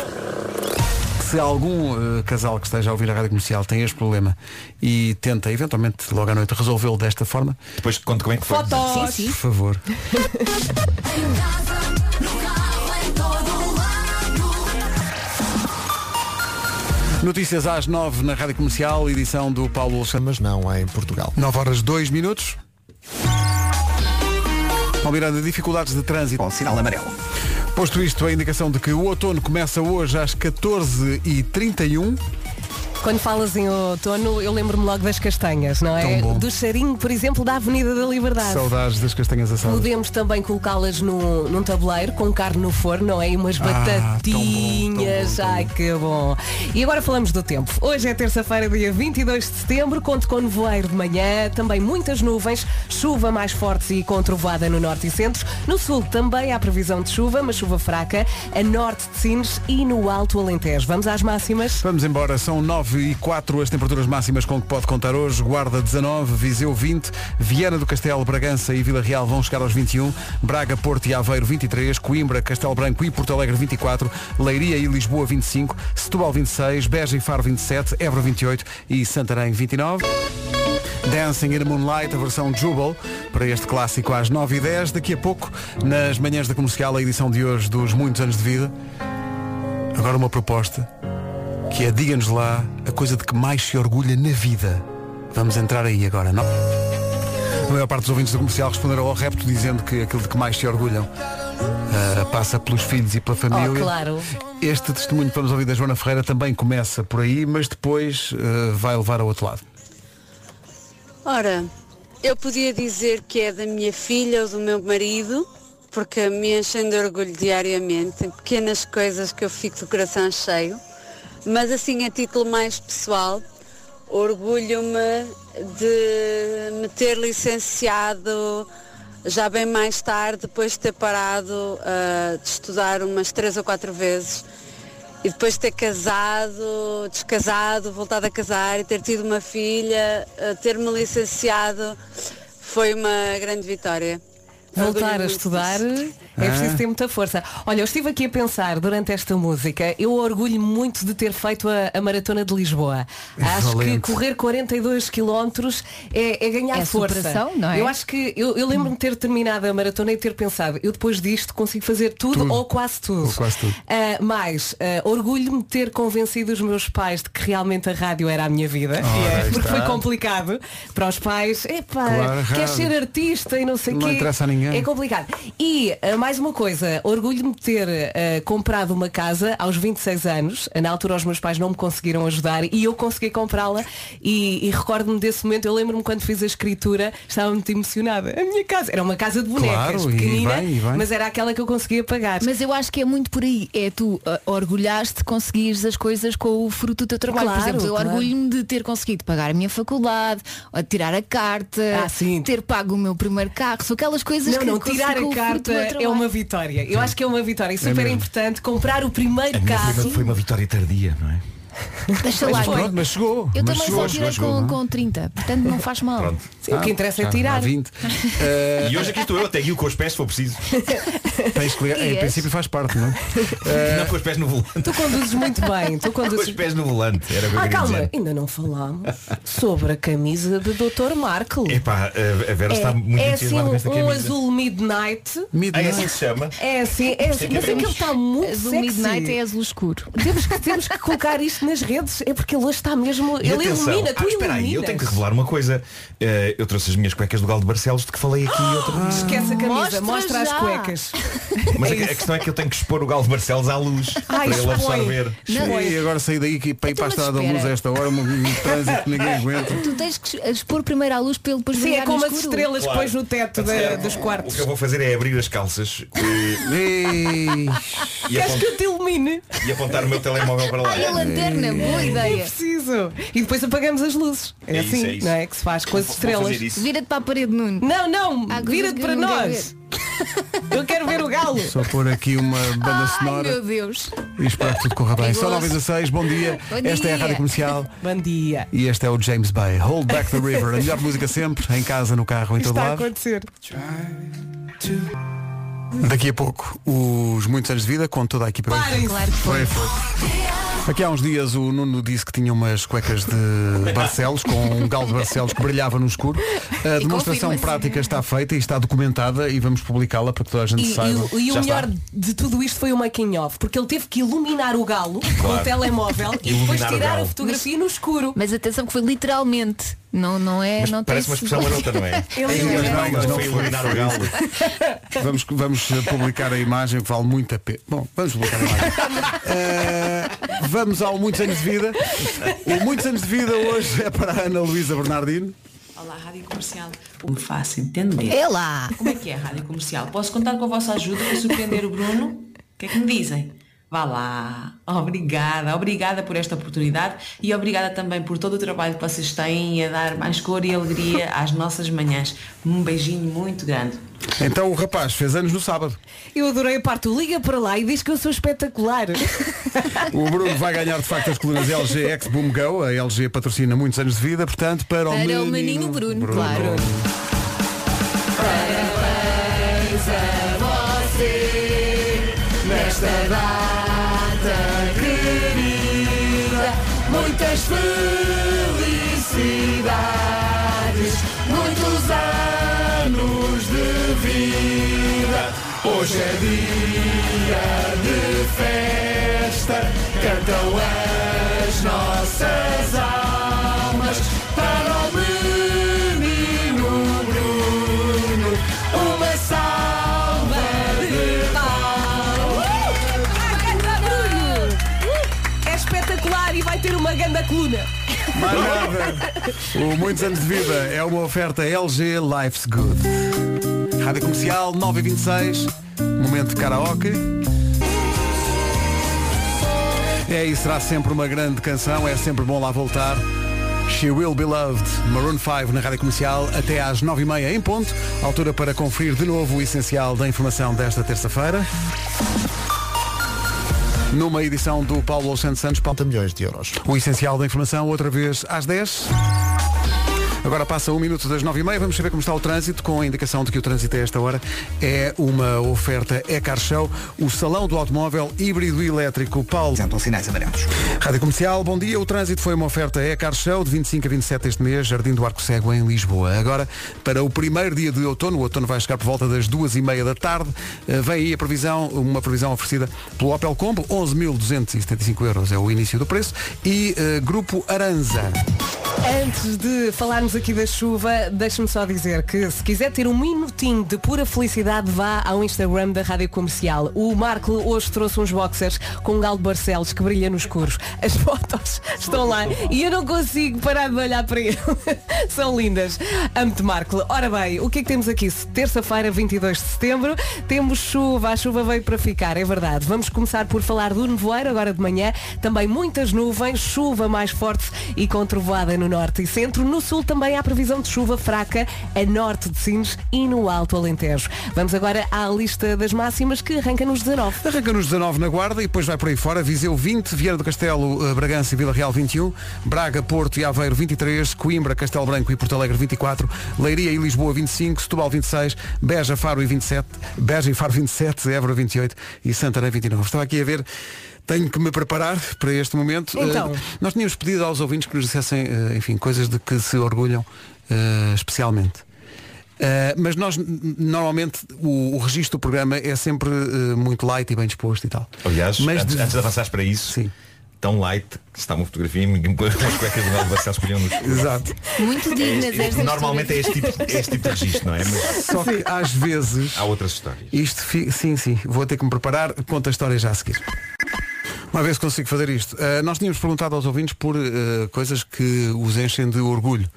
S2: Se algum eh, casal que esteja a ouvir a rádio comercial tem este problema e tenta eventualmente logo à noite resolvê-lo desta forma,
S13: Depois conto como é que foi.
S5: Fotos. Sim, sim.
S2: por favor. Notícias às nove na rádio comercial, edição do Paulo Alexandre.
S11: Mas não em Portugal.
S2: 9 horas 2 minutos. Paulo Miranda, dificuldades de trânsito.
S8: Com sinal amarelo.
S2: Posto isto, a indicação de que o outono começa hoje às 14h31.
S5: Quando falas em outono, eu lembro-me logo das castanhas, não é?
S2: Tão bom.
S5: Do charinho, por exemplo, da Avenida da Liberdade.
S2: Saudades das castanhas assadas.
S5: Podemos também colocá-las num, num tabuleiro com carne no forno, não é? E umas
S2: Ah, tão bom,
S5: batatinhas. Ai, que bom. E agora falamos do tempo. Hoje é terça-feira, dia 22 de setembro. Conto com nevoeiro de manhã, também muitas nuvens, chuva mais forte e com trovoada no norte e centro. No sul também há previsão de chuva, mas chuva fraca, a norte de Sines e no alto Alentejo. Vamos às máximas?
S2: Vamos embora, são 9 e 4 as temperaturas máximas com que pode contar hoje. Guarda 19, Viseu 20, Viana do Castelo, Bragança e Vila Real vão chegar aos 21, Braga, Porto e Aveiro 23, Coimbra, Castelo Branco e Porto Alegre 24, Leiria e Lisboa 25, Setúbal 26, Beja e Faro 27, Évora 28 e Santarém 29. Dancing in the Moonlight, a versão Jubal, para este clássico às 9h10. Daqui a pouco, nas manhãs da comercial, a edição de hoje dos Muitos Anos de Vida. Agora uma proposta que é diga-nos lá a coisa de que mais se orgulha na vida. Vamos entrar aí agora, não? A maior parte dos ouvintes do comercial responderam ao repto dizendo que aquilo de que mais se orgulham ah, passa pelos filhos e pela família.
S5: Oh, claro.
S2: Este testemunho que vamos ouvir da Joana Ferreira também começa por aí, mas depois ah, vai levar ao outro lado.
S18: Ora, eu podia dizer que é da minha filha ou do meu marido, porque me enchem de orgulho diariamente, em pequenas coisas que eu fico do coração cheio, mas assim a título mais pessoal, orgulho-me de me ter licenciado já bem mais tarde, depois de ter parado ah, de estudar umas três ou quatro vezes e depois de ter casado, descasado, voltado a casar e ter tido uma filha, eh, ter-me licenciado, foi uma grande vitória.
S5: Voltar
S18: Orgulho-me
S5: a estudar é
S18: Ah.
S5: preciso ter muita força. Olha, eu estive aqui a pensar durante esta música, eu orgulho muito de ter feito a, a Maratona de Lisboa. Acho
S6: Valente.
S5: que correr 42 quilómetros é, é ganhar
S6: É
S5: força.
S6: superação, não é?
S5: Eu acho que eu, eu lembro-me de ter terminado a maratona e ter pensado, eu depois disto consigo fazer tudo, ou quase tudo.
S2: Ou quase tudo.
S5: Ah, mais, ah, orgulho-me de ter convencido os meus pais de que realmente a rádio era a minha vida.
S2: Ora, aí
S5: Porque foi
S2: está.
S5: complicado para os pais. Epá,
S2: Claro,
S5: queres
S2: rádio.
S5: ser artista e não sei o quê.
S2: Não interessa a ninguém.
S5: É complicado. E eh, mais uma coisa, orgulho-me de ter eh, comprado uma casa aos 26 anos. Na altura os meus pais não me conseguiram ajudar e eu consegui comprá-la e, e recordo-me desse momento, eu lembro-me quando fiz a escritura, estava muito emocionada. A minha casa, era uma casa de bonecas,
S6: Claro, e
S5: pequenina,
S6: bem, e bem.
S5: mas era aquela que eu conseguia pagar.
S6: Mas eu acho que é muito por aí. É tu ah, orgulhaste de conseguires as coisas com o fruto do teu trabalho.
S5: Claro,
S6: por exemplo, eu
S5: claro.
S6: orgulho-me de ter conseguido pagar a minha faculdade, ou tirar a carta,
S5: Ah, sim.
S6: ter pago o meu primeiro carro. São aquelas coisas
S5: não,
S6: que
S5: não,
S6: consegui
S5: tirar
S6: com
S5: a
S6: o fruto do
S5: carta
S6: meu
S5: é
S6: trabalho.
S5: uma vitória. Eu acho que é uma vitória e
S13: É
S5: super
S13: mesmo.
S5: importante. Comprar o primeiro
S13: A minha foi,
S5: carro.
S13: uma, foi uma vitória tardia, não é?
S6: Deixa lá,
S13: Mas
S6: eu-
S13: pronto, mas chegou.
S6: Eu
S13: Mas
S6: também
S13: chegou,
S6: só tirei
S13: chegou,
S6: com,
S5: é?
S13: chegou,
S6: com 30, portanto não faz mal.
S5: Sim, o que interessa é
S13: já
S5: tirar.
S13: há 20. E hoje aqui estou eu, até guio com os pés se for preciso.
S2: Ah, Tens que,
S5: em Yes. princípio
S2: faz parte, não? é?
S13: Não com os pés no volante.
S5: Tu conduzes muito bem. Tu
S13: Eh, Com os
S5: conduzes
S13: pés no volante. Era o que eu
S5: Ah,
S13: queria
S5: calma,
S13: dizer.
S5: ainda não falámos sobre a camisa de Dr. Markle.
S13: Epá, a a Vera está muito
S5: é assim
S13: entusiasmada
S5: um,
S13: com esta
S5: um
S13: camisa.
S5: azul midnight.
S13: Ah, é assim que se chama?
S5: É assim, é assim.
S13: Sim,
S5: Mas é que
S13: temos.
S5: ele está muito
S6: Azul
S5: sexy.
S6: midnight é azul escuro.
S5: Temos que, temos que colocar isto nas redes. É porque ele hoje está mesmo.
S13: E
S5: Ele
S13: atenção,
S5: ilumina, tu
S13: ah, espera aí, eu
S5: iluminas.
S13: tenho que revelar uma coisa. Eh, eu trouxe as minhas cuecas do Galo de Barcelos de que falei aqui
S5: Ah,
S13: outra vez.
S5: Esquece a camisa,
S6: Mostra
S5: mostra, as
S6: já.
S5: cuecas.
S13: Mas
S5: É
S13: a, a
S5: isso.
S13: questão é que eu tenho que expor o Galo de Barcelos à luz para
S5: Ai,
S13: ele
S5: expõe.
S13: absorver.
S6: Não.
S2: E agora saí daí que
S5: Então,
S2: para ir para a
S6: mas
S2: estrada da luz
S6: espera.
S2: a esta hora, um, um trânsito que ninguém aguenta.
S6: Tu tens que expor primeiro à luz para ele depois
S5: Sim, é
S6: brilhar no
S5: como as
S6: escuro.
S5: estrelas que pões no teto
S13: Portanto, se
S5: da-
S13: calhar,
S5: dos
S13: Tá O
S5: quartos.
S13: que eu vou fazer é abrir as calças e, e,
S5: Queres
S13: apont-
S5: que eu te ilumine?
S13: e apontar o meu telemóvel para lá.
S5: Ai, a lanterna, boa
S6: ideia.
S5: É preciso. E depois apagamos as luzes. É,
S13: É isso,
S5: assim,
S13: é isso.
S5: não é? Que se faz com as
S13: Vou
S5: estrelas.
S13: fazer isso.
S6: Vira-te para a parede, Nuno.
S5: Não, não,
S6: Há coisas
S5: vira-te
S6: que
S5: para
S6: eu não quero
S5: nós. Eu quero ver o um galo.
S2: Só pôr aqui uma banda
S6: Ai,
S2: sonora
S6: meu Deus.
S2: e espero que tudo corra bem.
S6: Perigoso.
S2: São 9 e 6, bom dia.
S6: Bom
S2: Esta é a
S6: dia.
S2: Rádio Comercial.
S5: Bom dia.
S2: E este é o James Bay. Hold Back the River. A melhor música sempre, em casa, no carro, em todo
S5: Está a
S2: lado.
S5: acontecer.
S2: Daqui a pouco, os muitos anos de vida com toda a equipa.
S5: Parem. Claro que foi.
S2: Aqui há uns dias o Nuno disse que tinha umas cuecas de Barcelos, com um galo de Barcelos que brilhava no escuro. A
S5: E
S2: demonstração
S5: confirma-se. né?
S2: prática está feita e está documentada e vamos publicá-la para que toda a gente
S5: E,
S2: saiba.
S5: e o- e o
S2: Já
S5: melhor
S2: está.
S5: de tudo isto foi o making off, porque ele teve que iluminar o galo com o
S2: Claro.
S5: telemóvel e
S2: Iluminar
S5: depois
S2: o
S5: tirar a
S2: galo.
S5: fotografia no escuro.
S6: Mas atenção que foi literalmente. Não, não é.
S13: Mas
S6: não tem
S13: parece uma expressão
S6: segundo.
S13: marota, não é?
S6: Eu
S13: Ei,
S6: não
S13: mas
S6: sei.
S13: não, mas não foi eliminar
S19: é
S13: o galo.
S2: Vamos, vamos eh, publicar a imagem que vale muito a pena. Bom, vamos publicar a imagem. Eh, vamos ao Muitos Anos de Vida. O Muitos Anos de Vida hoje é para a Ana Luísa Bernardino.
S19: Olá, Rádio Comercial. Como faço entender?
S6: É lá.
S19: Como é que é a Rádio Comercial? Posso contar com a vossa ajuda para surpreender o Bruno? O que é que me dizem? Vá lá. Obrigada, obrigada por esta oportunidade e obrigada também por todo o trabalho que vocês têm a dar mais cor e alegria às nossas manhãs. Um beijinho muito grande.
S2: Então o rapaz fez anos no sábado.
S5: Eu adorei a parte do liga para lá e diz que eu sou espetacular.
S2: O Bruno vai ganhar de facto as colunas LG X Boom Go. A LG patrocina muitos anos de vida, portanto, para, o
S6: Para
S2: menino.
S6: o menino Bruno, claro.
S3: Parabéns a você nesta data querida. Muitas felicidades, muitos anos de vida. Hoje é dia de festa, cantam as nossas almas para o menino Bruno. Uma salva de palmas.
S5: É espetacular e vai ter uma grande coluna.
S2: Mais nada. O Muitos Anos de Vida é uma oferta LG Life's Good. Rádio Comercial 926, momento de karaoke. É e será sempre uma grande canção, é sempre bom lá voltar. She Will Be Loved, Maroon 5 na Rádio Comercial até às 9h30 em ponto. Altura para conferir de novo o essencial da informação desta terça-feira. Numa edição do Paulo Santos Santos,
S11: 40 milhões de euros.
S2: O essencial da informação, outra vez às 10. Agora passa um minuto das 9h30, vamos saber como está o trânsito, com a indicação de que o trânsito a esta hora é uma oferta Ecar Show, o salão do automóvel híbrido e elétrico. Paulo. Exemplo,
S8: sinais amarelos.
S2: Rádio Comercial, bom dia. O trânsito foi uma oferta Ecar Show de 25 a 27 este mês, Jardim do Arco Cego em Lisboa. Agora, para o primeiro dia de outono, o outono vai chegar por volta das duas e meia da tarde. Eh, Vem aí a previsão, uma previsão oferecida pelo Opel Combo, 11.275 euros é o início do preço, e eh, Grupo Aranza.
S5: Antes de falarmos aqui da chuva, deixe-me só dizer que se quiser ter um minutinho de pura felicidade, vá ao Instagram da Rádio Comercial. O Marco hoje trouxe uns boxers com um galo de Barcelos que brilha nos escuros. As fotos estão lá e eu não consigo parar de olhar para ele. São lindas. Amo-te, Marco. Ora bem, o que é que temos aqui? Terça-feira, 22 de setembro, temos chuva. A chuva veio para ficar, é verdade. Vamos começar por falar do nevoeiro agora de manhã. Também muitas nuvens, chuva mais forte e com trovoada no norte e centro. No sul também há previsão de chuva fraca a norte de Sines e no Alto Alentejo. Vamos agora à lista das máximas que arranca nos 19.
S2: Arranca nos 19 na Guarda e depois vai por aí fora. Viseu 20, Vieira do Castelo, eh, Bragança e Vila Real 21, Braga, Porto e Aveiro 23, Coimbra, Castelo Branco e Porto Alegre 24, Leiria e Lisboa 25, Setúbal 26, Beja, Faro e 27, Beja e Faro 27, Évora 28 e Santarém 29. Estava aqui a ver, tenho que me preparar para este momento.
S5: Então.
S2: Eh, nós tínhamos pedido aos ouvintes que nos dissessem, eh, enfim, coisas de que se orgulham eh, especialmente. Eh, mas nós n- normalmente o, o registro do programa é sempre eh, muito light e bem disposto e tal.
S13: Aliás,
S2: Mas
S13: antes,
S2: de-
S13: antes de avançares para isso, tão light que está uma fotografia em mim, com as cuecas do Galo Barcelos colhiam nos
S2: Exato.
S6: Muito dignas
S13: É este-
S6: estas
S13: Normalmente é este tipo,
S6: histórias.
S13: é este tipo de registro, não é? Mas
S2: Só que às vezes
S13: há outras histórias.
S2: isto fi- sim, sim, vou ter que me preparar, conta a história já a seguir. Uma vez consigo fazer isto. Eh, nós tínhamos perguntado aos ouvintes por eh, coisas que os enchem de orgulho.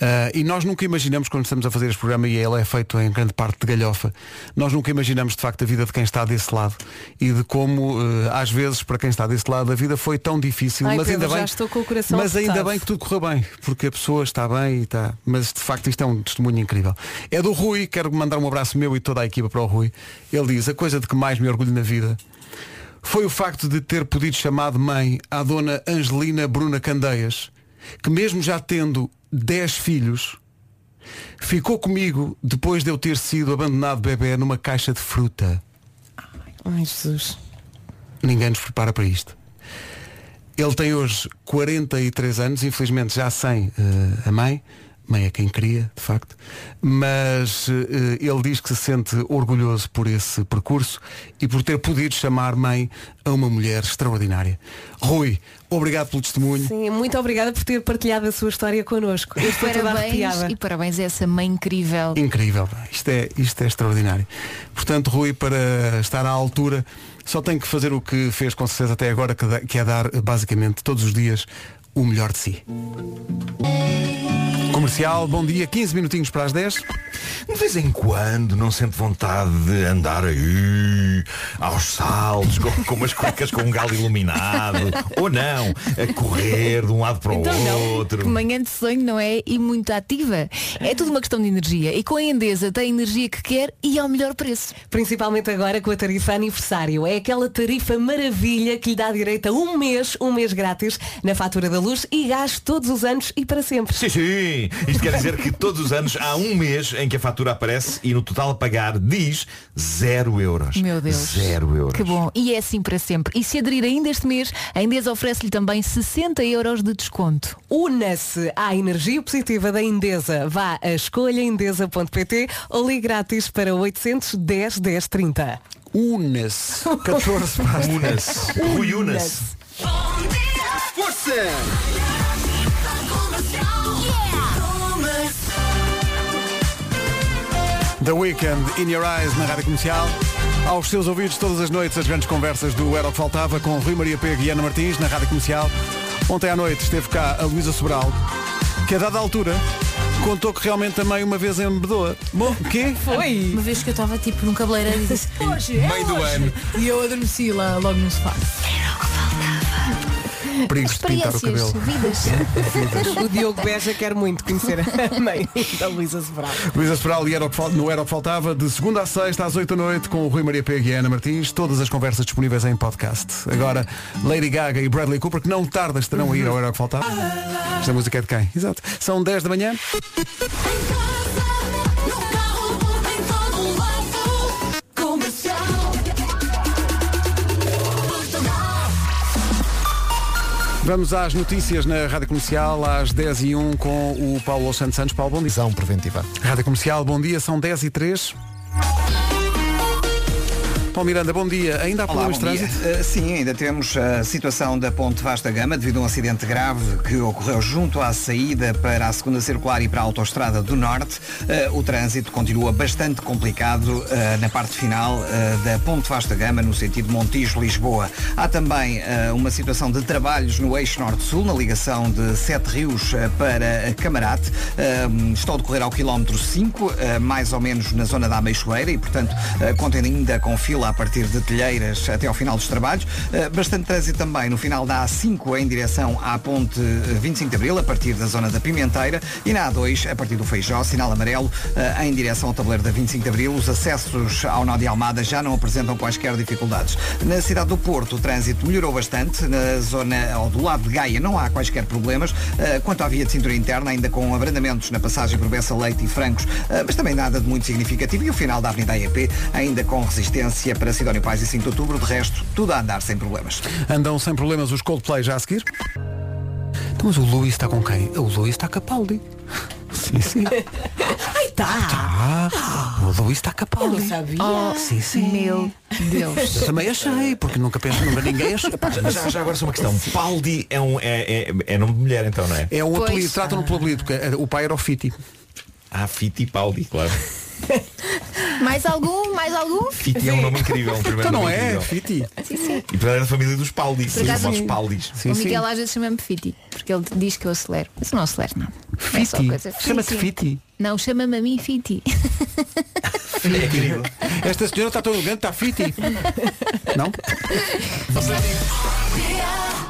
S2: Eh, e nós nunca imaginamos quando estamos a fazer este programa e ele é feito em grande parte de galhofa, nós nunca imaginamos de facto a vida de quem está desse lado e de como eh, às vezes para quem está desse lado a vida foi tão difícil,
S5: Ai,
S2: mas
S5: Pedro,
S2: ainda bem
S5: já estou com o coração
S2: mas ainda
S5: apertado.
S2: bem que tudo correu bem, porque a pessoa está bem e está. Mas de facto isto é um testemunho incrível. É do Rui, quero mandar um abraço meu e toda a equipa para o Rui. Ele diz, a coisa de que mais me orgulho na vida foi o facto de ter podido chamar de mãe à dona Angelina Bruna Candeias, que mesmo já tendo 10 filhos, ficou comigo depois de eu ter sido abandonado bebê numa caixa de fruta.
S5: Ai Jesus.
S2: Ninguém nos prepara para isto. Ele tem hoje 43 anos, infelizmente já sem eh, a mãe, Mãe é quem cria, de facto. Mas eh, ele diz que se sente orgulhoso por esse percurso e por ter podido chamar mãe a uma mulher extraordinária. Rui, obrigado pelo testemunho.
S5: Sim, muito obrigada por ter partilhado a sua história connosco. Eu estou toda
S6: Parabéns
S5: arrepiada.
S6: e parabéns a essa mãe incrível.
S2: Incrível. Isto é, isto é extraordinário. Portanto, Rui, para estar à altura, só tem que fazer o que fez com certeza até agora, que dá- que é dar basicamente todos os dias o melhor de si. Comercial, bom dia, 15 minutinhos para as 10.
S13: De vez em quando não sente vontade de andar aí aos saltos, com, com umas cuecas com um galo iluminado, ou não, a correr de um lado para o
S6: Então não,
S13: outro.
S6: que manhã de sonho não é e muito ativa. É tudo uma questão de energia. E com a Endesa tem a energia que quer e ao melhor preço.
S5: Principalmente agora com a tarifa aniversário. É aquela tarifa maravilha que lhe dá direito a um mês, um mês grátis, na fatura da luz e gás todos os anos e para sempre.
S13: Sim, sim. Isto quer dizer que todos os anos há um mês em que a fatura aparece e no total a pagar diz zero euros.
S6: Meu Deus.
S13: Zero euros.
S6: Que bom. E é assim para sempre. E se aderir ainda este mês, a Endesa oferece-lhe também 60 euros de desconto.
S5: Una-se à energia positiva da Endesa. Vá a escolhaendesa.pt ou ligue grátis para 810 1030.
S2: Una-se. 14 para as 10.
S13: Una-se. Rui Una-se.
S3: Força!
S2: The Weekend In Your Eyes na Rádio Comercial. Aos seus ouvidos todas as noites as grandes conversas do Era o que Faltava com Rui Maria Pego e Ana Martins na Rádio Comercial. Ontem à noite esteve cá a Luísa Sobral, que a dada altura contou que realmente também uma vez em Bedoa. Bom, o quê?
S20: Foi. Uma vez que eu estava tipo num cabeleireiro e disse hoje, é
S2: Meio do
S20: hoje."
S2: ano.
S20: E eu adormeci lá logo no sofá.
S2: Perigos de pintar o cabelo.
S5: O Diogo Beja quer muito conhecer a mãe da Luísa Sobral.
S2: Luísa Sobral e Era o que Fal- no Era o que Faltava, de segunda a sexta às 8 da noite, com o Rui Maria Pego e a Ana Martins, todas as conversas disponíveis em podcast. Agora, Lady Gaga e Bradley Cooper, que não tarda estarão a ir ao Era o que Faltava. Esta música é de quem? Exato. São 10 da manhã. Vamos às notícias na Rádio Comercial, às 10 e 1 com o Paulo Santos Santos. Paulo, bom dia.
S11: preventiva.
S2: Rádio Comercial, bom dia, são 10 e 3. Paulo Miranda, bom dia. Ainda há
S8: Olá,
S2: problemas de
S8: bom dia.
S2: trânsito?
S8: Eh, sim, ainda temos a situação da Ponte Vasta Gama devido a um acidente grave que ocorreu junto à saída para a segunda circular e para a autoestrada do Norte. Eh, o trânsito continua bastante complicado eh, na parte final eh, da Ponte Vasta Gama no sentido Montijo-Lisboa. Há também eh, uma situação de trabalhos no eixo Norte-Sul, na ligação de Sete Rios eh, para Camarate. Eh, estão a decorrer ao quilómetro 5, eh, mais ou menos na zona da Ameixoeira e, portanto, eh, contem ainda com fila a partir de Telheiras até ao final dos trabalhos. Eh, Bastante trânsito também no final da A5 em direção à ponte eh, 25 de Abril, a partir da zona da Pimenteira, e na A2, a partir do Feijó, sinal amarelo, eh, em direção ao tabuleiro da 25 de Abril. Os acessos ao Nó de Almada já não apresentam quaisquer dificuldades. Na cidade do Porto, o trânsito melhorou bastante. Na zona, ou do lado de Gaia, não há quaisquer problemas. Eh, Quanto à via de cintura interna, ainda com abrandamentos na passagem por Bessa Leite e Francos, eh, mas também nada de muito significativo. E o final da Avenida AEP, ainda com resistência para Sidónio Pais e 5 de Outubro. De resto, tudo a andar sem problemas.
S2: Andam sem problemas os Coldplay já a seguir? Então, mas o Luís está com quem? O Luís está com a Pauli. Sim, sim.
S20: Ai tá!
S2: Ah, o Luís está com a
S20: Eu
S2: Pauli.
S20: não sabia.
S2: Oh, sim, sim.
S20: Meu
S2: Deus. Eu também achei, porque nunca penso, nunca ninguém achou. Pá, mas-
S13: Já, já agora só uma questão. Paldi é, um, é, é, é nome de mulher então, não é?
S2: É um
S13: Pois.
S2: apelido, tratam-no
S20: tá.
S2: pelo apelido, porque eh, o pai era o Fiti.
S13: Ah, Fiti Paldi, claro.
S6: Mais algum? Mais algum?
S13: Fiti é um nome incrível. Um primeiro
S6: Então não
S13: nome
S6: é,
S13: incrível.
S2: Fiti.
S6: Sim, sim.
S13: E para a família dos Paldi,
S6: Por
S13: os
S6: acaso,
S13: famosos Paldis.
S6: o Miguel às vezes chama-me Fiti, porque ele diz que eu acelero. Mas eu não acelero nada. Não é só
S2: Fiti?
S6: coisa-
S2: Chama-se Fiti?
S6: Não, chama-me a mim Fiti.
S2: Esta senhora está tão elegante, está Fiti. Não?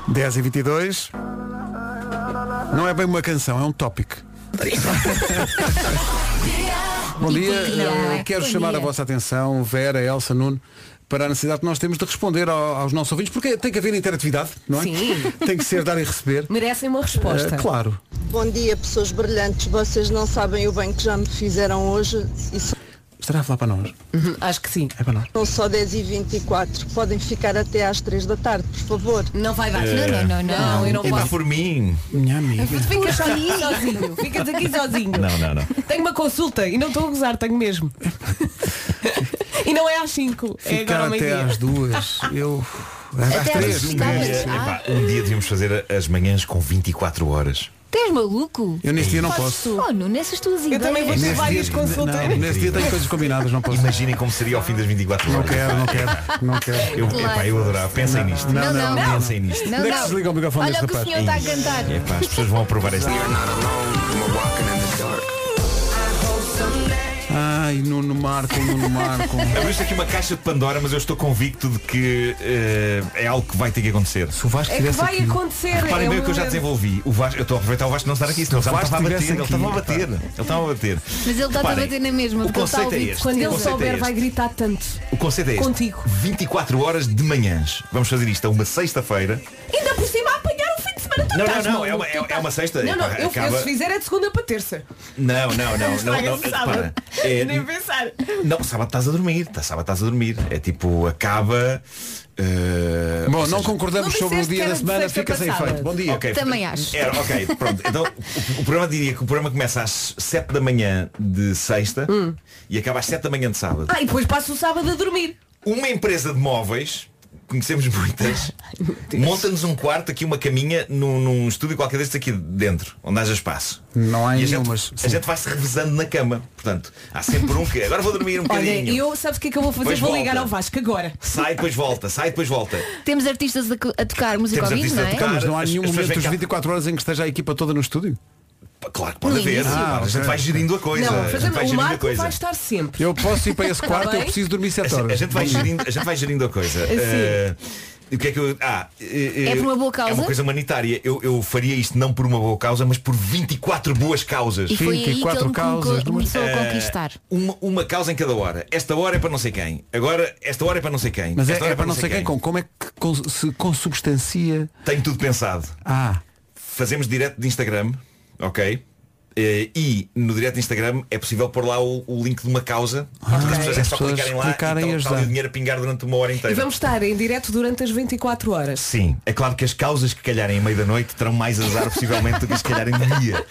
S2: 10 e 22. Não é bem uma canção, é um tópico. Bom dia, eh, quero
S3: Bom
S2: chamar
S3: dia.
S2: a vossa atenção, Vera, Elsa, Nuno, para a necessidade que nós temos de responder ao- aos nossos ouvintes, porque tem que haver interatividade, não é?
S5: Sim.
S2: Tem que ser dar e receber.
S5: Merecem uma resposta.
S2: Eh, claro.
S21: Bom dia, pessoas brilhantes. Vocês não sabem o bem que já me fizeram hoje. E só-
S2: Estará a falar para nós?
S5: Acho que sim.
S2: É para nós.
S21: Não só 10 e 24 podem ficar até às 3 da tarde, por favor.
S5: Não vai
S13: dar.
S2: Eh,
S5: Não, não, não, não, eu não
S13: E dá
S5: posso.
S13: por mim.
S2: Minha amiga.
S5: Fica sozinho, sozinho. Ficas aqui sozinho.
S13: Não, não, não.
S5: Tenho uma consulta e não estou a gozar, tenho mesmo. e não é às 5. É
S2: Ficar
S5: agora ao
S2: até
S5: meio-dia.
S2: às duas. Eu. Às
S5: Até
S2: três.
S5: às
S13: Um
S5: Tá, mas-
S13: dia,
S5: ah.
S13: epá, um dia devíamos fazer as manhãs com 24 horas.
S6: Tens maluco?
S13: Eu neste dia não
S6: Fazes
S13: posso.
S6: tu. Oh, Nuno, essas tuas ideias.
S13: Neste dia- não, neste dia tenho coisas
S2: combinadas, não posso.
S13: Imaginem como seria ao fim das 24 horas. Não
S2: quero, não quero, não quero.
S13: Eu,
S6: Claro.
S13: epá, eu adorava. Pensem nisto.
S6: não, não, não.
S13: Pensem nisto.
S6: Não, não. Olha o que o senhor está a cantar.
S13: Epá, as pessoas vão aprovar este
S2: Ai, Nuno Marco, Nuno Marco.
S13: Abriste aqui uma caixa de Pandora, mas eu estou convicto de que eh, é algo que vai ter que acontecer. Se o Vasco
S5: É que vai acontecer.
S13: Reparem
S5: é
S13: bem
S5: um
S13: o que eu já
S5: momento.
S13: desenvolvi. O Vasco, eu estou a aproveitar o Vasco não estar aqui, senão
S2: Se o
S13: já me
S2: Vasco
S13: estava a bater.
S2: estivesse
S13: Ele estava a
S2: aqui,
S13: bater. Ele estava a bater.
S6: Mas ele está a
S13: Reparem,
S6: bater na mesma,
S13: o
S6: porque ele está a
S13: conceito é
S6: ouvir.
S13: este.
S5: Quando
S13: O
S5: ele
S13: conceito é
S5: souber,
S13: este.
S5: vai gritar tanto.
S13: O conceito é este.
S5: Contigo.
S13: 24 horas de manhãs. Vamos fazer isto a uma sexta-feira.
S5: Ainda por cima a apanhar o fim de semana. tu
S13: Não, não,
S5: estás
S13: não.
S5: maluco,
S13: É uma, é,
S5: tu
S13: é uma
S5: estás-
S13: sexta.
S5: Não, não,
S13: Epá,
S5: eu, eu
S13: acaba-
S5: se fizer é de segunda para terça.
S13: Não, não, não, não,
S5: Estraga-se
S13: não,
S5: sábado.
S13: repara. É,
S5: Nem pensar.
S13: Não, sábado estás a dormir, tá, sábado estás a dormir. É tipo, acaba. eh,
S2: Bom,
S13: ou
S2: não
S13: seja-
S2: concordamos
S6: não
S2: sobre o
S6: disseste que
S2: dia
S6: era
S2: da
S6: de
S2: semana,
S6: sexta
S2: fica sem
S6: passada.
S2: efeito. Bom dia.
S13: Ok.
S6: Também acho.
S13: Era, ok, pronto. Então o, o programa diria que o programa começa às 7 da manhã de sexta e acaba às 7 da manhã de sábado.
S5: Ah, e depois passo o sábado a dormir.
S13: Uma empresa de móveis, conhecemos muitas, monta-nos um quarto, aqui uma caminha, num, num estúdio qualquer destes aqui dentro, onde haja espaço.
S2: Não há
S13: E a gente,
S2: nenhumas.
S13: a gente vai-se revezando na cama. Portanto, há sempre um que agora vou dormir um
S5: Olha,
S13: bocadinho.
S5: e eu sabes o que é que eu vou fazer?
S13: Pois
S5: vou
S13: volta.
S5: ligar ao Vasco agora.
S13: Sai, depois volta, sai, depois volta.
S6: Temos artistas a, co- a tocar música
S13: Temos
S6: ao vivo,
S13: artistas
S6: não
S13: a
S6: é?
S13: tocar.
S2: Mas não há
S13: As-
S2: nenhum
S13: as pessoas
S2: momento
S13: vêm
S2: das
S13: cá-
S2: 24 horas em que esteja a equipa toda no estúdio?
S13: Claro que Pode haver,
S2: Ah,
S13: a gente
S2: ok.
S13: vai gerindo a coisa.
S5: não,
S13: é, a gente
S5: fazemos
S13: vai
S5: o
S13: gerindo a
S5: Marco
S13: coisa.
S5: vai estar sempre.
S2: Eu posso ir para esse
S5: Tá
S2: quarto, eu
S5: bem?
S2: preciso dormir 7
S13: A
S2: horas.
S13: gente vai gerindo, a gente vai gerindo a coisa.
S2: Sim.
S13: Eh, e o que é que eu. Ah, eh,
S6: É por uma boa causa?
S13: É uma coisa humanitária. Eu, eu faria isto não por uma boa causa, mas por 24 boas causas.
S6: E foi aí que ele me colocou- começou a
S13: Eh,
S6: conquistar.
S13: uma, uma causa em cada hora. Esta hora é para não sei quem. Agora, esta hora é para não sei quem.
S2: Mas é,
S13: esta hora
S2: é para não sei quem, com- como é que con- se consubstancia.
S13: Tenho tudo pensado.
S2: Ah,
S13: Fazemos direto de Instagram, ok? Eh, e no direto de Instagram é possível pôr lá o, o link de uma causa. Portanto, as pessoas é
S2: as
S13: só
S2: pessoas
S13: clicarem lá
S2: clicarem
S13: e
S2: e
S13: tal, está ali
S2: ajudar.
S13: o dinheiro a pingar durante uma hora inteira.
S5: E vamos estar em direto durante as 24 horas.
S13: Sim, é claro que as causas que calharem em meio da noite terão mais azar possivelmente do que as que calharem de dia.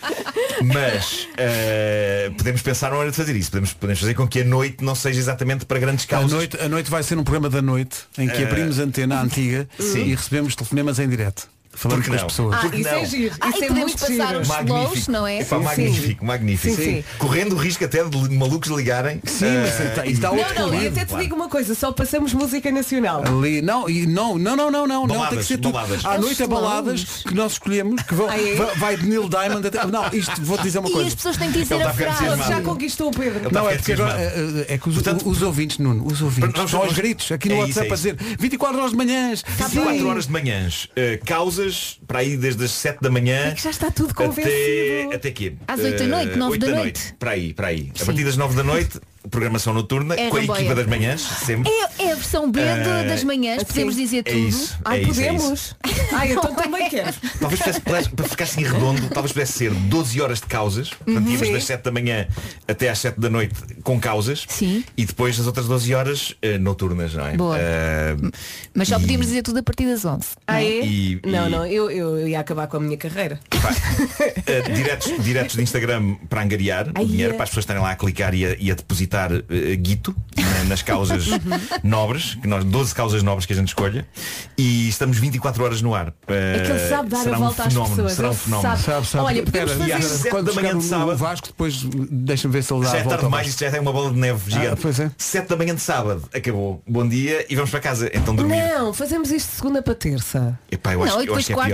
S13: Mas eh, podemos pensar na hora de fazer isso. Podemos, podemos fazer com que a noite não seja exatamente para grandes
S2: a
S13: causas.
S2: noite, a noite vai ser um programa da noite em que
S13: Tá, Eh,
S2: abrimos a antena antiga
S13: sim.
S2: e recebemos telefonemas em direto. Falando
S13: Porque
S2: com as
S13: não?
S2: pessoas.
S13: Ah, Porque isso é não?
S5: giro,
S6: Ah,
S5: isso
S6: e
S5: é
S6: podemos
S5: muito
S6: passar
S5: giro.
S6: os slows, não é?
S13: Epá, magnífico, magnífico.
S5: Sim, sim.
S13: Correndo o risco até de malucos ligarem.
S2: Sim, mas
S13: eh,
S2: está- está
S13: e-
S5: Não, não, eu até te digo uma coisa, só passamos música nacional.
S2: Ali, não, e não, não, não, não, não, não, tem que
S13: Baladas,
S2: ser tudo.
S13: baladas.
S2: À
S5: É
S2: noite é
S5: os
S2: baladas que nós escolhemos, que vão,
S5: Ah, é?
S2: va- vai de Neil Diamond até. Não, isto vou te dizer uma coisa.
S13: Ele está a ficar
S5: Pronto, Ah, já
S13: entusiasmado.
S5: conquistou o Pedro.
S13: Ele tá
S2: Não, é
S13: a ficar
S2: porque agora
S13: entusiasmado.
S2: eh, eh, é que os, os ouvintes, Nuno, os ouvintes,
S13: Vamos-
S2: só aos
S13: vamos-
S2: gritos, aqui no
S13: É isso,
S2: WhatsApp
S13: é
S2: a
S13: isso.
S2: dizer 24 horas de manhãs,
S5: Tá
S13: 24
S2: sim.
S13: horas de manhãs. eh, causas para aí desde as 7 da manhã.
S5: É que já está tudo
S13: até,
S5: convencido.
S13: até quê?
S5: Às oito da noite,
S13: Eh,
S5: nove
S13: oito
S5: da
S13: da
S5: noite.
S13: Para aí, para aí.
S6: Sim.
S13: A partir das 9 da noite, programação noturna,
S6: É
S13: com a
S6: ramboia.
S13: equipa das manhãs, sempre.
S6: É, é a versão B
S13: Eh,
S6: do- das manhãs, podemos dizer
S13: É
S6: tudo.
S13: isso, Ai, é isso, é podemos?
S5: Ai, Ah, então
S6: é.
S5: também quero.
S13: Talvez pudesse, pudesse- para ficar assim redondo, talvez pudesse ser 12 horas de causas, portanto
S5: Uhum.
S13: íamos
S5: Sim.
S13: das 7 da manhã até às 7 da noite com causas
S6: Sim.
S13: e depois as outras 12 horas eh, noturnas, não é?
S6: Boa.
S13: Eh,
S6: Mas só
S13: e-
S6: podíamos dizer tudo a partir das 11. não é?
S5: Ah, é?
S13: E-
S5: Não,
S13: e-
S5: não, eu, eu, eu ia acabar com a minha carreira.
S13: Eh, diretos, diretos de Instagram para angariar
S5: Ai,
S13: o dinheiro,
S5: é.
S13: para as pessoas estarem lá a clicar e a, e a depositar eh, guito na- nas causas
S5: Uhum.
S13: nobres, que nós, 12 causas nobres que a gente escolha, e estamos 24 horas no ar. Eh,
S5: É que ele sabe dar a
S13: será
S5: volta
S13: um
S5: às
S13: fenómeno,
S5: pessoas,
S13: Será um
S5: ele
S13: fenómeno.
S5: sabe. Olha, podemos
S2: Espera,
S5: fazer
S2: e às
S5: isso.
S2: sete
S13: da
S2: quando
S13: manhã
S2: chegar
S13: de
S2: o-
S13: sábado.
S2: O Vasco depois deixa-me ver se ele dá
S13: Já
S2: a
S13: é
S2: volta
S13: tarde
S2: ao
S13: demais,
S2: Vasco.
S13: isto já tem uma bola de neve
S2: Ah,
S13: gigante.
S2: pois é.
S13: 7 da manhã de sábado, acabou. Bom dia e vamos para casa. Então dormir.
S5: Não, fazemos isto de segunda para terça.
S13: Epá, eu acho, eu acho que é pior.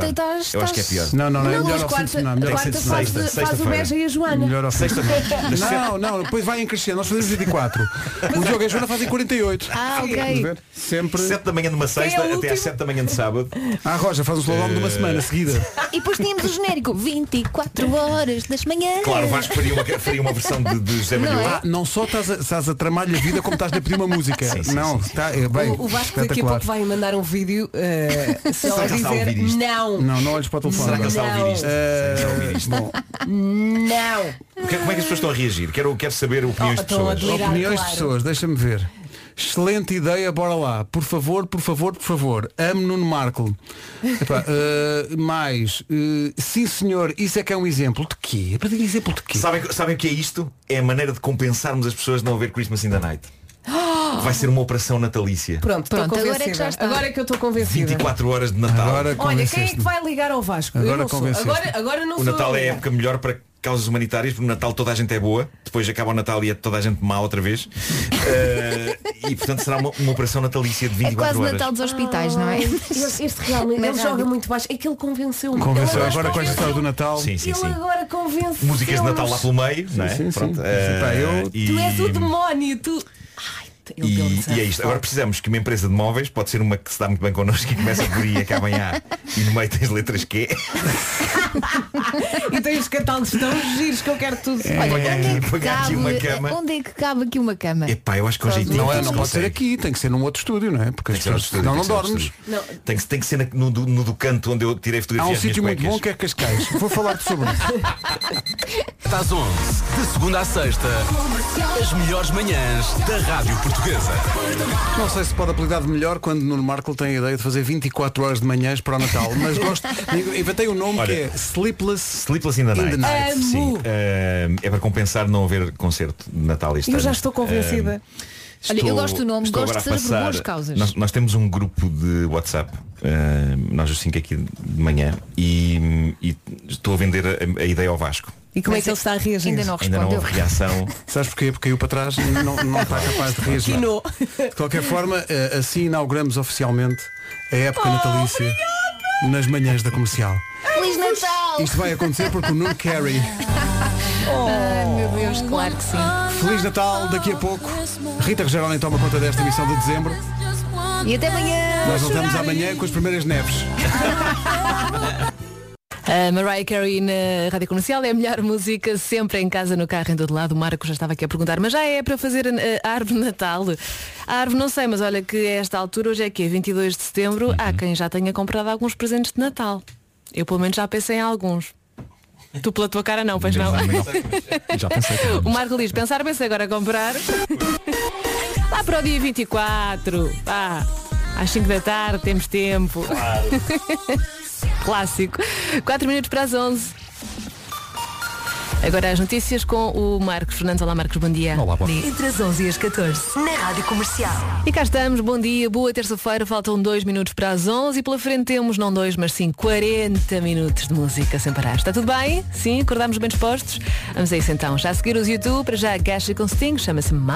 S13: Eu acho que é pior.
S2: Não, não, não, é
S5: Não, mas
S2: melhor ao fim de
S5: quarta,
S2: semana. melhor ao fim de
S5: quarta
S2: semana.
S5: faz, de- faz o Beja e a Joana.
S2: Melhor ao fim de semana.
S13: Sexta-feira.
S2: Não, não, depois vai em crescendo. Nós fazemos 24.
S5: é-
S2: O Diogo e a Joana fazem 48.
S6: Ah, ok.
S2: Vamos ver? Sempre.
S13: 7 da manhã de uma sexta até às 7 da manhã de sábado.
S2: Ah, Roja, faz um slowdown de uma
S13: Eh,
S2: semana seguida.
S6: E depois tínhamos o genérico 24 horas das manhãs.
S13: Claro, o Vasco faria uma, faria uma versão de, de José Manuel.
S2: Ah, não só estás a, estás a tramar-lhe a vida como estás-lhe a pedir uma música. não, está é, bem.
S5: O, o Vasco daqui a
S2: espetacular.
S5: pouco vai mandar um vídeo eh, só
S2: Será
S5: a
S2: que ele está a
S5: dizer
S2: ouvir isto?
S5: não,
S2: Não, não olhes para o telefone.
S13: Será que ele está a ouvir isto?
S2: Eh,
S13: Será que ele está a ouvir isto?
S2: bom,
S5: não.
S13: O que- como é que as pessoas estão a reagir? Quero, quero saber
S5: Oh,
S13: opiniões de pessoas.
S2: Opiniões de pessoas, deixa-me ver. Excelente ideia, bora lá. Por favor, por favor, por favor. Amo Nuno Marco. Epá, eh, mais, eh, sim senhor, isso é que é um exemplo. De quê? Para dizer exemplo de quê?
S13: Sabem, sabem o que é isto? É a maneira de compensarmos as pessoas de não haver Christmas in the Night. Vai ser uma operação natalícia.
S5: Pronto, estou
S6: Pronto, agora é que
S5: convencida.
S6: já está.
S5: Agora é que eu estou convencida.
S13: 24 horas de Natal.
S5: Olha, quem é que vai ligar ao Vasco? Eu
S13: Agora
S5: não sou.
S13: convenceste-me.
S5: Agora, agora não
S13: O
S5: sou
S13: Natal
S5: eu.
S13: é a época melhor para causas humanitárias, porque no Natal toda a gente é boa, depois acaba o Natal e é toda a gente má outra vez. Eh, e portanto será uma, uma operação natalícia de
S6: É
S13: 24
S6: quase
S13: horas.
S6: Natal dos hospitais, não é?
S5: Este este realmente,
S6: Na
S5: ele
S6: rádio.
S5: joga muito baixo. É que ele convenceu-me.
S2: Convenceu
S5: Ele
S2: agora com esta história
S5: assim.
S2: do Natal.
S13: Sim, sim,
S5: Ele
S13: sim.
S5: agora convence
S13: Músicas de Natal lá pelo meio,
S2: Sim,
S13: não é?
S2: sim, sim.
S13: Pronto,
S2: Sim,
S13: eh,
S2: pá, eu-
S13: e-
S5: Tu és o demónio, tu.
S13: E, e é isto. Agora precisamos que uma empresa de móveis, pode ser uma que se dá muito bem connosco e começa por I e acaba em A e no meio tens letras é. Q.
S5: e tem os catálogos tão giros que eu quero tudo.
S13: É, põe
S6: onde
S13: aqui-
S6: é que
S13: põe aqui
S6: cabe-
S13: uma cama.
S6: Onde é que cabe aqui uma cama?
S13: Epá, eu acho que hoje
S2: Não, é, não pode ser aqui, tem que ser num outro estúdio, não é? Porque as
S13: Tem que ser
S2: pessoas,
S13: outro estúdio,
S2: senão não
S13: tem que ser outro
S2: dormes.
S13: estúdio. Tem que, tem que ser na- no, do- no do canto onde eu tirei
S2: Há
S13: fotografias
S2: um
S13: das minhas
S2: sítio muito
S13: cuecas.
S2: bom que é Cascais. Vou falar-te sobre isso.
S16: Às 11, de segunda à sexta, as melhores manhãs da Rádio Portuguesa.
S2: Não sei se pode apelidar de melhor quando Nuno Marco tem a ideia de fazer 24 horas de manhãs para o Natal, mas gosto. Inventei um nome que é Sleepless.
S13: Sleepless in the
S2: In
S13: Night.
S2: the night.
S5: Amo.
S13: Sim. Ahm, é para compensar não haver concerto de Natal este
S5: Eu já
S13: ano.
S5: estou convencida.
S13: Ahm,
S5: Olha, eu gosto do nome,
S13: estou
S5: gosto
S13: agora
S5: de
S13: a
S5: saber por boas causas.
S13: Nós, nós temos um grupo de WhatsApp, ahm, nós os 5 aqui de manhã, e, e estou a vender a, a ideia ao Vasco.
S5: E como é que ele está a reagir? Ainda não
S13: Ainda não houve reação.
S2: Sabes porquê? Porque caiu para trás e não, não está capaz de reagir.
S5: Quinou.
S2: De qualquer forma, eh, assim inauguramos oficialmente a época natalícia nas manhãs da comercial.
S6: Feliz Natal!
S2: Isto vai acontecer porque o Nuno Carey.
S6: Ai meu Deus, claro que sim.
S2: Feliz Natal daqui a pouco. Rita Rogeroni toma conta desta emissão de dezembro.
S6: E até amanhã!
S2: Nós voltamos amanhã com as primeiras neves.
S20: A Mariah Carey na Rádio Comercial é a melhor música sempre em casa, no carro, em todo lado. O Marco já estava aqui a perguntar, mas já é para fazer a, a árvore de Natal? A árvore não sei, mas olha que a esta altura, hoje é que é 22 de setembro,
S2: Uhum.
S20: há quem já tenha comprado alguns presentes de Natal. Eu pelo menos já pensei em alguns. Tu pela tua cara não, pois não.
S2: Já pensei
S20: O Marco diz, pensar bem se agora comprar. Lá para o dia 24. Vá. Às 5 da tarde temos tempo. Clássico. 4 minutos para as 11. Agora as notícias com o Marcos Fernandes. Olá Marcos, bom dia.
S22: Olá, bom
S20: dia.
S22: Entre as 11 e as 14, na Rádio Comercial.
S20: E cá estamos, bom dia, boa terça-feira, faltam dois minutos para as 11 e pela frente temos não dois, mas sim 40 minutos de música sem parar. Está tudo bem? Sim, acordamos bem dispostos? Vamos a isso então, já a seguir os YouTube, para já Gash com Sting, chama-se Ma-